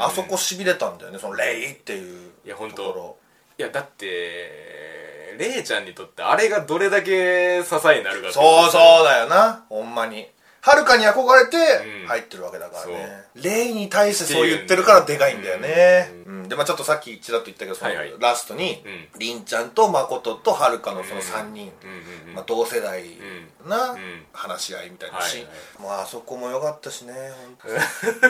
B: あそこしびれたんだよねその「レイ!」っていう
A: いやほんと
B: とこ
A: いやだってレイちゃんにとってあれがどれだけ支えになるかって
B: ろ <laughs> そうそうだよなほんまにはるかに憧れ
A: う
B: て
A: ん
B: 入ってるわけだからね、レイに対してそう言ってるからでかいんだよねうんでまあちょっとさっきちらっと言ったけどその
A: はいはい
B: ラストに、
A: う
B: りんちゃんと誠とはるかのその3人、
A: うんうんうん
B: まあ、同世代な
A: うん
B: 話し合いみたいなし、
A: はいはい
B: もうあそこも良かったしね
A: <laughs>
B: 本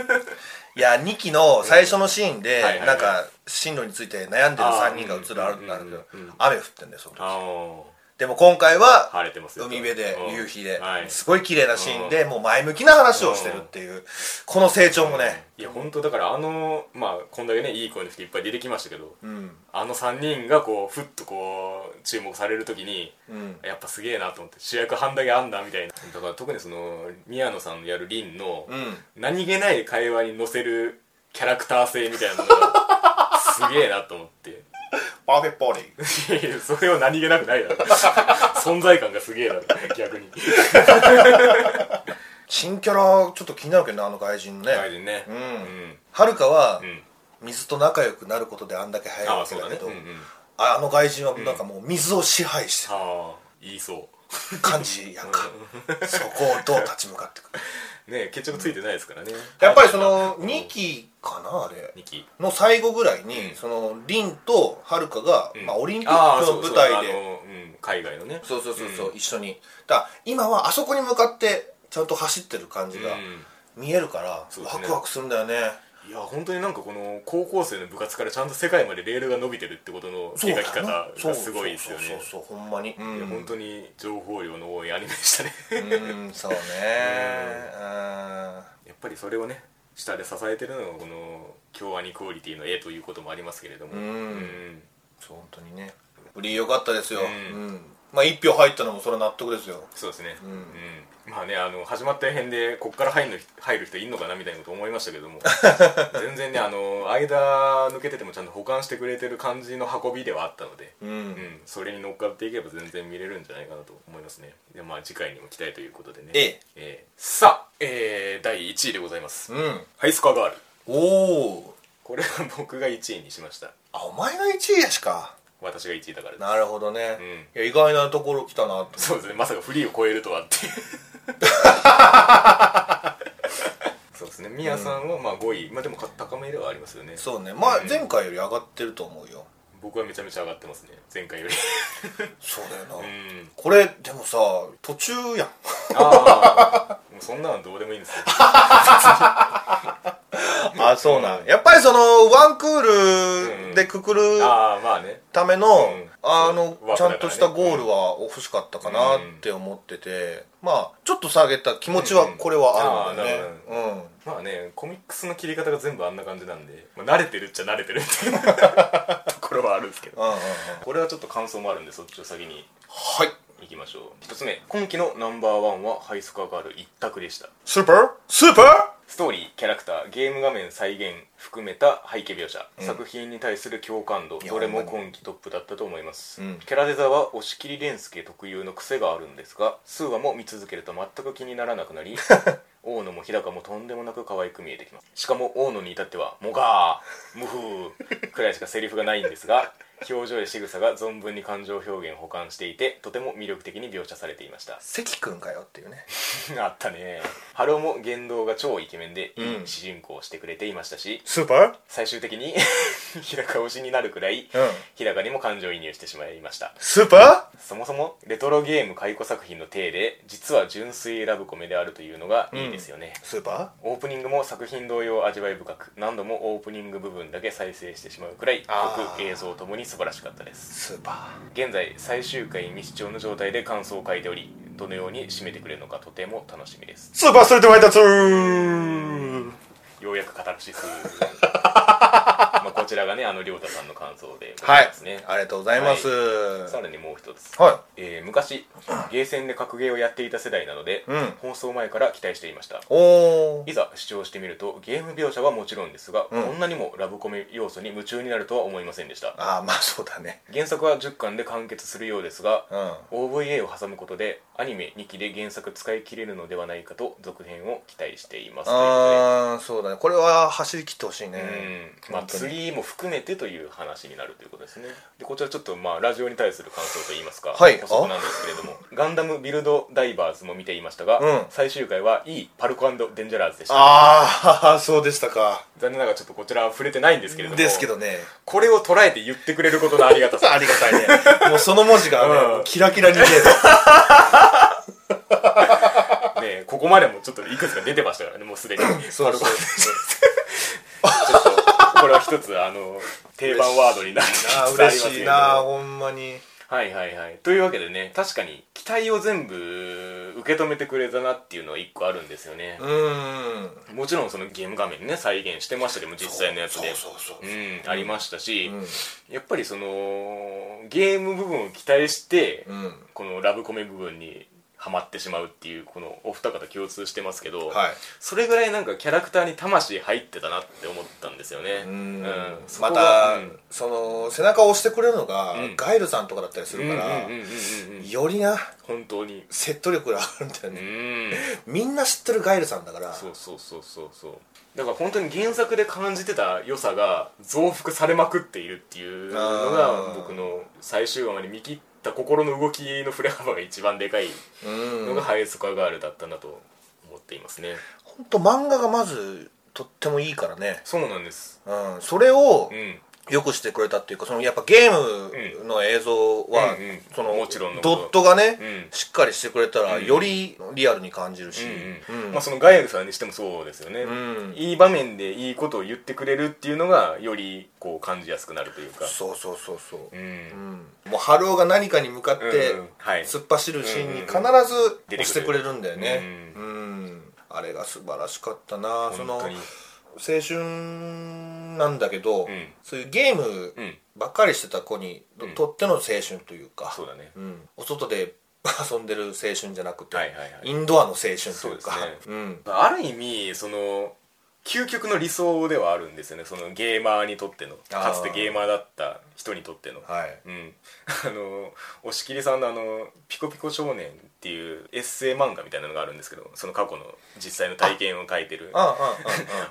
B: 当いや2期の最初のシーン
A: う
B: で、
A: んはいはいはい
B: なんか進路について悩んでる3人が映るあるんだけど、雨降ってんだよその時
A: あの
B: でも今回は
A: 晴れてますよ
B: 海辺で
A: うん
B: 夕日で、
A: はい
B: すごい綺麗なシーンで、もう前向きな話をしてるっていう、この成長もね、
A: いや本当だからあのまあこんだけねいい声の人いっぱい出てきましたけど
B: うん
A: あの3人がこうふっとこう注目される時に
B: うん
A: やっぱすげえなと思って主役半だけあんだみたいなだから特にその宮野さんのやる凛の
B: うん
A: 何気ない会話に乗せるキャラクター性みたいなのがすげえなと思って <laughs>
B: パーフェクトボディ
A: いやいやそれは何気なくないな <laughs> 存在感がすげえな逆に
B: 新キャラちょっと気になるけどねあの外人のね、
A: 大臣ね
B: うん
A: うん
B: はるかは
A: うん
B: 水と仲良くなることであんだけ早い
A: あ
B: わ
A: あ
B: け
A: そう
B: だ
A: だ
B: け
A: ね
B: ど、
A: うんうん
B: ああの外人はなんかもう水を支配して
A: ああ言いそ
B: る感じやんか、 <laughs> そこをどう立ち向かっ
A: <laughs>
B: てくる
A: うねえ決着ついてないですからね
B: やっぱりその2期かなあれ
A: 2期
B: の最後ぐらいに、
A: うん
B: その凛とはるかが、
A: うん
B: まあ、オリンピ
A: あ
B: ッ
A: あ
B: ク
A: そ
B: の
A: うそ
B: 舞
A: う
B: 台で
A: あのうん海外のね
B: そうそうそうそう
A: うん
B: 一緒にだから今はあそこに向かってちゃんと走ってる感じが
A: うん
B: 見えるから、
A: そうで
B: ワ
A: すね
B: クワクするんだよね
A: いや本当になんかこの高校生の部活からちゃんと世界までレールが伸びてるってことの
B: そう
A: 描
B: だ
A: き
B: よ
A: 方
B: な
A: がすごいですよね
B: そうそうそうそうほんまに、うん
A: いや本当に情報量の多いアニメでしたね <laughs>
B: うんそうねうん
A: やっぱりそれをね下で支えてるのがこの京アニクオリティの絵ということもありますけれども
B: うん
A: ん
B: そう本当にねフリー良かったですよ、う
A: うんん
B: まあ1票入ったのもそれは納得ですよ
A: そうですね、うんまあねあの始まった辺でこっから入るの入る人いんのかなみたいなこと思いましたけ
B: <laughs>
A: ども全然ねあの間抜けててもちゃんと保管してくれてる感じの運びではあったので、
B: うん、
A: うん、それに乗っかっていけば全然見れるんじゃないかなと思いますねでまあ次回にも期待ということでね
B: ええ
A: えさあ、えー、第1位でございます、
B: うん
A: ハイスコアガール
B: おお
A: これは僕が1位にしました
B: あお前が1位やしか
A: 私が1位だからです
B: なるほどね、いや意外なところ来たなって
A: そうですねまさかフリーを超えるとはっていうそうですねミヤさんはまあ5位まあでもか高めではありますよね
B: そうねまあ
A: うん
B: 前回より上がってると思うよ
A: 僕はめちゃめちゃ上がってますね前回より
B: そうだよな、
A: うん
B: これでもさ途中やん
A: あ <laughs> あもうそんなのどうでもいいんですよ
B: <laughs> あそうなんやっぱりそのワンクールでくくる
A: ああまあね
B: ための、
A: ん
B: あの
A: そう
B: ちゃんとしたゴールは欲しかったかなって思ってて、まあちょっと下げた気持ちはこれはあるんだよね
A: う
B: うん、
A: まあねコミックスの切り方が全部あんな感じなんで、まあ、慣れてるっちゃ慣れてる <laughs> っていうところはあるんですけど
B: うんうんうん
A: これはちょっと感想もあるんでそっちを先に
B: はい
A: いきましょう一つ目今期のナンバーワンはハイスカガール一択でした
B: スーパースーパー
A: ストーリーキャラクターゲーム画面再現含めた背景描写、作品に対する共感度
B: や
A: どれも今季トップだったと思います、
B: うん
A: キャラデザは押し切り蓮介特有の癖があるんですが数話も見続けると全く気にならなくな
B: <laughs>
A: り大野も日高もとんでもなく可愛く見えてきますしかも大野に至っては「もがー」「ムフー」くらいしかセリフがないんです
B: <laughs>
A: が表情や仕草が存分に感情表現を補完していてとても魅力的に描写されていました
B: 関君かよっていうね
A: あったねハローも言動が超イケメンでい
B: うん
A: い主人公をしてくれていましたし、
B: スーパー
A: 最終的に <laughs> 日高推しになるくらい、
B: うん
A: 日高にも感情移入してしまいました
B: スーパ
A: そもそもレトロゲーム解雇作品の体で実は純粋ラブコメであるというのがいいですよね、
B: ースーパ
A: オープニングも作品同様味わい深く何度もオープニング部分だけ再生してしまうくらい
B: あー
A: 曲映像ともに素晴らしかったです
B: ースーパ
A: 現在最終回未視聴の状態で感想を書いておりどのように締めてくれるのかとても楽しみです
B: ースーパーストリートファイター2
A: ようやくカタルシスまあこちらがねあの亮太さんの感想でござ
B: はいい
A: ますね、
B: ありがとうございます、
A: さらにもう一つ、
B: は
A: えー昔ゲーセンで格ゲーをやっていた世代なので、
B: うん
A: 放送前から期待していました
B: いおー
A: いざ視聴してみるとゲーム描写はもちろんですが、
B: うん
A: こんなにもラブコメ要素に夢中になるとは思いませんでした
B: ああまあそうだね
A: 原作は10巻で完結するようですが、
B: うん
A: OVA を挟むことでアニメ2期で原作使い切れるのではないかと続編を期待していますということで
B: ああそうだねこれは走り切ってほしいね
A: うんまあ、
B: 本当に
A: 次も含めてという話になるということですねでこちらちょっとまあラジオに対する感想といいますか、
B: はい
A: 補足なんですけれども「ガンダムビルドダイバーズ」も見ていましたが、
B: うん
A: 最終回はいいパルコデンジャラーズでした
B: ああそうでしたか
A: 残念ながらちょっとこちらは触れてないんですけれども
B: ですけどね
A: これを捉えて言ってくれることのありがたさ
B: ありが <laughs> たいねもうその文字がね、
A: うん
B: もうキラキラに見える
A: ねここまでもちょっといくつか出てましたからねもうすでに
B: そうそう
A: ちょっとこれは一つあの定番ワードになってきつつ
B: あ
A: あ
B: <laughs> あ
A: りま
B: 嬉
A: すけ
B: し
A: れ
B: い
A: ども
B: なほんまに
A: はいはいはいというわけでね確かに期待を全部受け止めてくれたなっていうのは一個あるんですよね
B: う、ーん
A: もちろんそのゲーム画面ね再現してましたけども実際のやつで
B: そうそうそうそう
A: うんありましたし、
B: うん
A: やっぱりそのゲーム部分を期待して、
B: うん
A: このラブコメ部分にはまってしまうっていうこのお二方共通してますけど、
B: はい
A: それぐらいなんかキャラクターに魂入ってたなって思ったんですよね
B: うーん
A: そ
B: ま
A: こ
B: た、
A: がうん
B: その背中を押してくれるのが、
A: うん
B: ガイルさんとかだったりするから、
A: うんうんうんうんうん
B: よりな
A: 本当に
B: 説得力があるんだよ
A: う
B: ね、
A: ん
B: みんな知ってるガイルさんだから
A: そうそうそうそうそうだから本当に原作で感じてた良さが増幅されまくっているっていうの
B: あ
A: が
B: ー
A: 僕の最終話まで見切った心の動きの振れ幅が一番でかいの
B: うん
A: がハイスカガールだったなと思っていますね、
B: 本当漫画がまずとってもいいからね、
A: そうなんです
B: うん、それを
A: うん
B: よくしてくれたっていうかそのやっぱゲームの映像は、
A: うんうん
B: その
A: もちろんのこと
B: ドットがね、
A: うん
B: しっかりしてくれたらよりリアルに感じるし、
A: うん
B: うん
A: まあ、そのガエルさんにしてもそうですよね、
B: ん
A: いい場面でいいことを言ってくれるっていうのがよりこう感じやすくなるというか
B: そうそうそうそう、
A: うん、
B: もう春雄が何かに向かって
A: うんうんはい
B: 突っ走るシーンに必ず押してくれるんだよね
A: う
B: うん、あれが素晴らしかったなそ
A: 本
B: の青
A: 当に
B: 春なんだけど、
A: ん
B: そういうゲーム
A: うん
B: ばっかりしてた子にと
A: ん
B: とっての青春というか、
A: そうだね
B: うんお外で <laughs> 遊んでる青春じゃなくて、
A: はいはいはい
B: インドアの青春と
A: そう
B: いう
A: です
B: か
A: ね
B: うん
A: ある意味その究極の理想ではあるんですよねそのゲーマーにとってのかつてゲーマーだった人にとっての、
B: はい
A: うん、 <laughs> あの押切さんのあの「ピコピコ少年」っていうエッセイ漫画みたいなのがあるんですけどその過去の実際の体験を書いてる
B: うんうんうんうん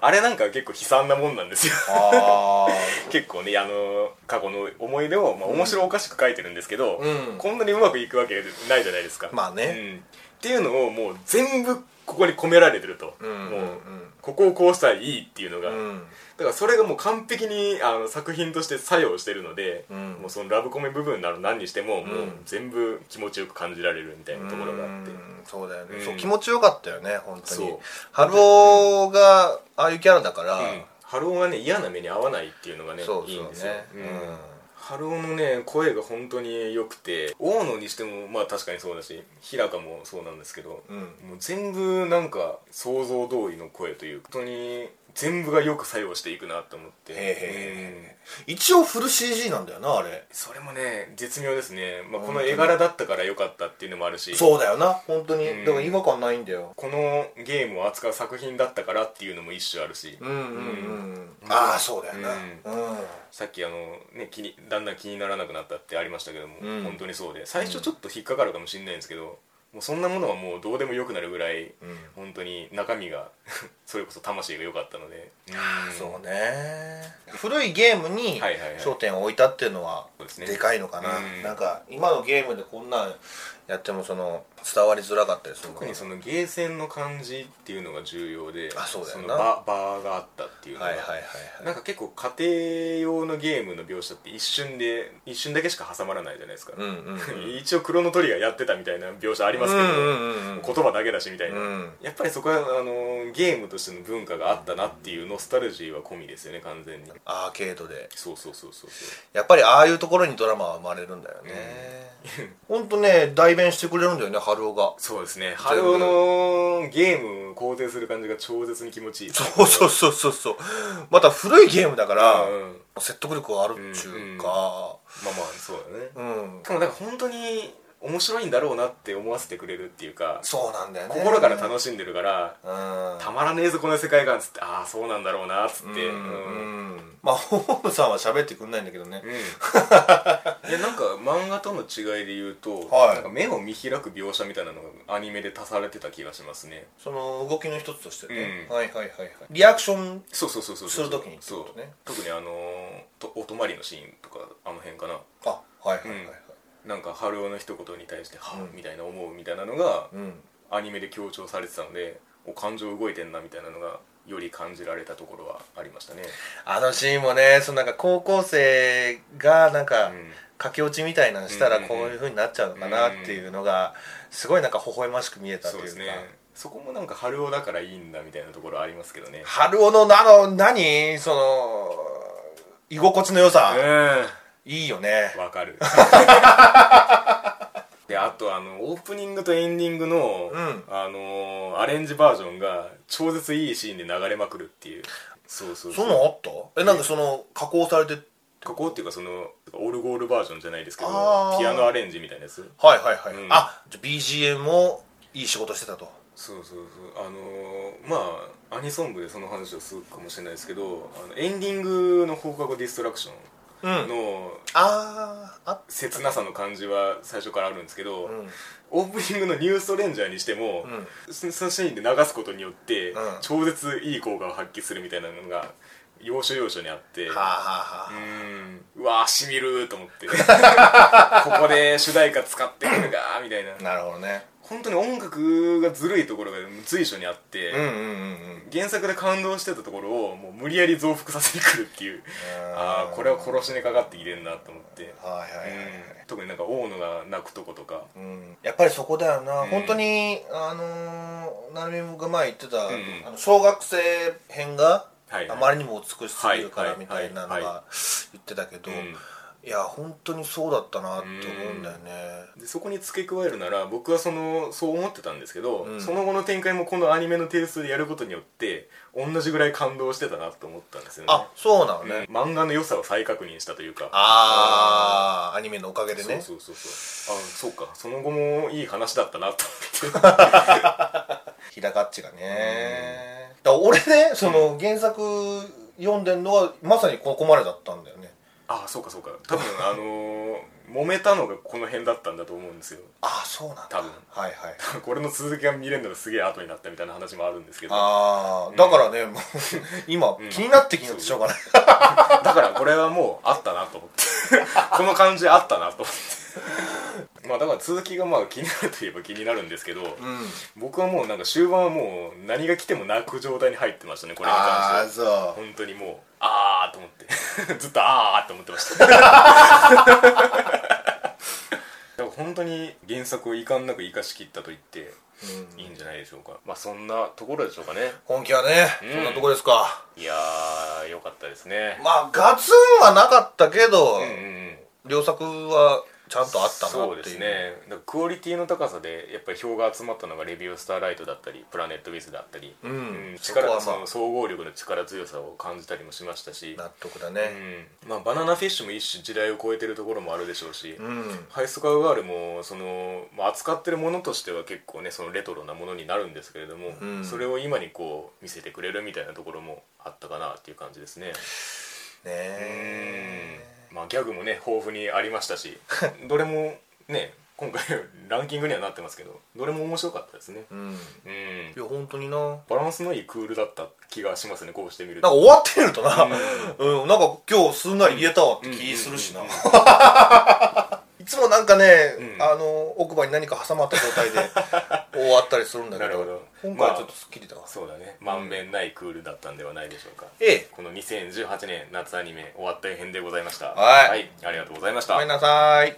A: あれなんか結構悲惨なもんなんですよ <laughs>
B: あ
A: 結構ねあの過去の思い出を、まあ、面白おかしく書いてるんですけど、
B: うん
A: こんなにうまくいくわけないじゃないですか
B: まあね
A: うん、っていうのをもう全部ここに込められてると、
B: うん
A: も
B: うんう
A: うんここをこうしたらいいっていうの
B: あ
A: が、
B: うん
A: だからそれがもう完璧にあの作品として作用してるので、
B: うん
A: もうそのラブコメ部分なの何にしても、もううん全部気持ちよく感じられるみたいなところがあって、
B: うんそうだよね、
A: うん
B: そう気持ちよかったよね本当に
A: そう
B: 春尾がああいうキャラだから、
A: うんハローがね嫌な目に遭わないっていうのがね
B: そうそうね
A: いいんですよ、
B: う
A: うんんハローのね声が本当に良くて大野にしてもまあ確かにそうだし日高もそうなんですけど、
B: うん
A: もう全部なんか想像通りの声というか本当に全部がよく作用していくなと思って
B: へえ一応フル CG なんだよなあれ
A: うんそれもね絶妙ですね、まあ、この絵柄だったから良かったっていうのもあるし
B: そうだよな本当に、
A: うん
B: だから違和感ないんだよ
A: このゲームを扱う作品だったからっていうのも一種あるし、
B: うんうんうん、
A: うん
B: ああそうだよなうん、
A: さっきあの、ね、気にだんだん気にならなくなったってありましたけども、
B: うん
A: 本当にそうで最初ちょっと引っかかるかもしれないんですけど、もうそんなものはもうどうでもよくなるぐらい、本当に中身が <laughs> それこそ魂が良かったので、うん
B: そうね古いゲームに
A: はいはいはい
B: 焦点を置いたっていうのは
A: そうですね
B: でかいのかな、
A: うん
B: なんか今のゲームでこんなんやってもその伝わりづらかったりするのか
A: 特
B: な
A: にそのゲーセンの感じっていうのが重要で
B: あそうだよな
A: の場場があったっていうのが、
B: はいはいはいは
A: ないんか結構家庭用のゲームの描写って一瞬で一瞬だけしか挟まらないじゃないですか、
B: うんうんう
A: <laughs>
B: ん
A: 一応クロノトリガーやってたみたいな描写ありますけど、
B: うんうんうん
A: 言葉だけだしみたいな、
B: うん
A: やっぱりそこはあのーゲームとしての文化があったなっていうノスタルジーは込みですよね完全に
B: アーケードで
A: そうそうそうそうそ
B: やっぱりああいうところにドラマは生まれるんだよね、ほんとね代弁してくれるんだよね春雄が
A: うそうですね春尾のゲームを肯定する感じが超絶に気持ちいい
B: そうそうそうそうそうまた古いゲームだから、
A: うんうん
B: 説得力があるっちゅうか
A: まあまあそうだね
B: うん、
A: しかもなんか本当に面白いんだろうなって思わせてくれるっていうか
B: そうなんだよね
A: 心から
B: し
A: 楽しんでるから
B: うん
A: たまらねえぞこの世界観っつってああそうなんだろうなっつってうん
B: うんまあホームさんは喋ってくんないんだけどね
A: うんいやなんか漫画との違いで言うと、
B: はい
A: なんか目を見開く描写みたいなのがアニメで足されてた気がしますね
B: その動きの一つとしてね、
A: うん
B: はいはいはいはいリアクション
A: そうそうそうそう
B: する時にって
A: そう
B: ことね
A: 特にあのーとお泊まりのシーンとかあの辺かな
B: あはいはいはいはい
A: なんか春雄の一言に対して「は
B: うん
A: みたいな思うみたいなのが、
B: うん、
A: アニメで強調されてたのでお感情動いてんなみたいなのがより感じられたところはありましたね
B: あのシーンもねそのなんか高校生がなんか、
A: うん
B: 駆け落ちみたいなのしたら
A: うんうん
B: こういうふうになっちゃうのかなっていうのがすごいなんか微笑ましく見えたっ
A: そ
B: て
A: う
B: い
A: で
B: う
A: す
B: か
A: ねそこもなんか春雄だからいいんだみたいなところはありますけどね
B: 春尾のあの何その居心地の良さ、
A: う
B: いいよね
A: んわか <laughs> るであとあのオープニングとエンディングの、
B: うん
A: あのーアレンジバージョンが超絶いいシーンで流れまくるっていうそうそう
B: そ
A: そ
B: ん
A: う
B: なんあったえなんかその加工されて
A: ここっていうかそのオルゴールバージョンじゃないですけど
B: あー
A: ピアノアレンジみたいなやつ
B: はいはいはい、
A: うん
B: あじゃあ BGM もいい仕事してたと
A: そうそうそうあのーまあアニソン部でその話をするかもしれないですけどあのエンディングの放課後ディストラクショ
B: う
A: ン
B: ん
A: の
B: あーあ
A: 切なさの感じは最初からあるんですけど、
B: うん
A: オープニングの「ニューストレンジャー」にしても、そそのシーンで流すことによって、
B: うん
A: 超絶いい効果を発揮するみたいなのが要所要所にあって
B: はあはあ
A: う
B: は
A: んうわーしみるーと思って <laughs> ここで主題歌使ってくるかーみたいな
B: あなるほどね
A: 本当に音楽がずるいところが随所にあって、
B: うんうんうんうん
A: 原作で感動してたところをもう無理やり増幅させてくるっていうああこれは殺しにかかってきてんなと思って、
B: はいはいはい、はい
A: うん特になんか大野が泣くとことか
B: うんやっぱりそこだよな、
A: うん
B: 本当にあのー、成美も前言ってた、
A: んうん
B: あの小学生編が
A: はい
B: あ
A: はい
B: まりにも美しすぎるから
A: はい
B: みたいなの
A: はいは
B: が言ってたけど、
A: う
B: い
A: ん
B: や本当にそうだったなって思うんだよね、
A: でそこに付け加えるなら僕はそのそう思ってたんですけど、
B: うん
A: その後の展開もこのアニメの定数でやることによって同じぐらい感動してたなと思ったんですよね
B: あそうなのね、
A: うん漫画の良さを再確認したというか
B: ああアニメのおかげでね
A: そうそうそうそうあそうかその後
B: <laughs>
A: もいい話だったなと思って
B: 平ガッチがね、だから俺ねその原作読んでんのはまさにここまでだったんだよね
A: ああそうかそうか多分あのー揉めたのがこの辺だったんだと思うんですよ
B: ああそうなんだ
A: 多分
B: はいはい
A: これの続きが見れるのがすげえ後になったみたいな話もあるんですけど
B: <laughs> ああだからね、もう今、
A: ん
B: 気になって気になってしょうがない
A: だからこれはもうあったなと <laughs> 思ってこの感じあったなと思ってまあだから続きがまあ気になるといえば気になるんですけど、
B: うん
A: 僕はもうなんか終盤はもう何が来ても泣く状態に入ってましたねこれに
B: ああ
A: 関しては
B: そう
A: 本当にもうああと思って <laughs> ずっとああと思ってま <laughs> しただから本当に原作を遺憾なく生かしきったと言っていいんじゃないでしょうか、まあそんなところでしょうかね
B: 本気はね、
A: ん
B: そんなとこですか
A: いやーよかったですね
B: まあガツンはなかったけど、
A: うんうん
B: 良作はちゃんとあったなっていう
A: そうですねだからクオリティの高さでやっぱり票が集まったのが「レビュースターライト」だったり「プラネットウィズ」だったり、
B: うん
A: 力
B: そこはまあ
A: その総合力の力強さを感じたりもしましたし、
B: 納得だ
A: う
B: ね
A: んまあ、バナナフィッシュも一種時代を超えてるところもあるでしょうし、
B: うん、
A: ハイスカウガールもその、まあ、扱ってるものとしては結構ねそのレトロなものになるんですけれども、
B: うん
A: それを今にこう見せてくれるみたいなところもあったかなっていう感じですね。
B: ねえ
A: まあ、ギャグもね豊富にありました
B: <laughs>
A: しどれもね今回 <laughs> ランキングにはなってますけどどれも面白かったですね
B: うんい
A: うん
B: や本当にななんか
A: バランスのいいクールだった気がしますねこうしてみると
B: 終わってみるとな、うんなんか今日すんなり言えたわって気するしな、
A: うんうん
B: <laughs> いつもなんかね、
A: うん
B: あの奥歯に何か挟まった状
A: <laughs>
B: 態で終わったりするんだけ
A: なる
B: ど
A: ほど
B: 今回はちょっとすっきりだわ、
A: そうだねまんべんないクールだったんではないでしょうか、
B: ええ
A: この2018年夏アニメ終わった編でございました
B: はい
A: ありがとうございました
B: ごめんなさい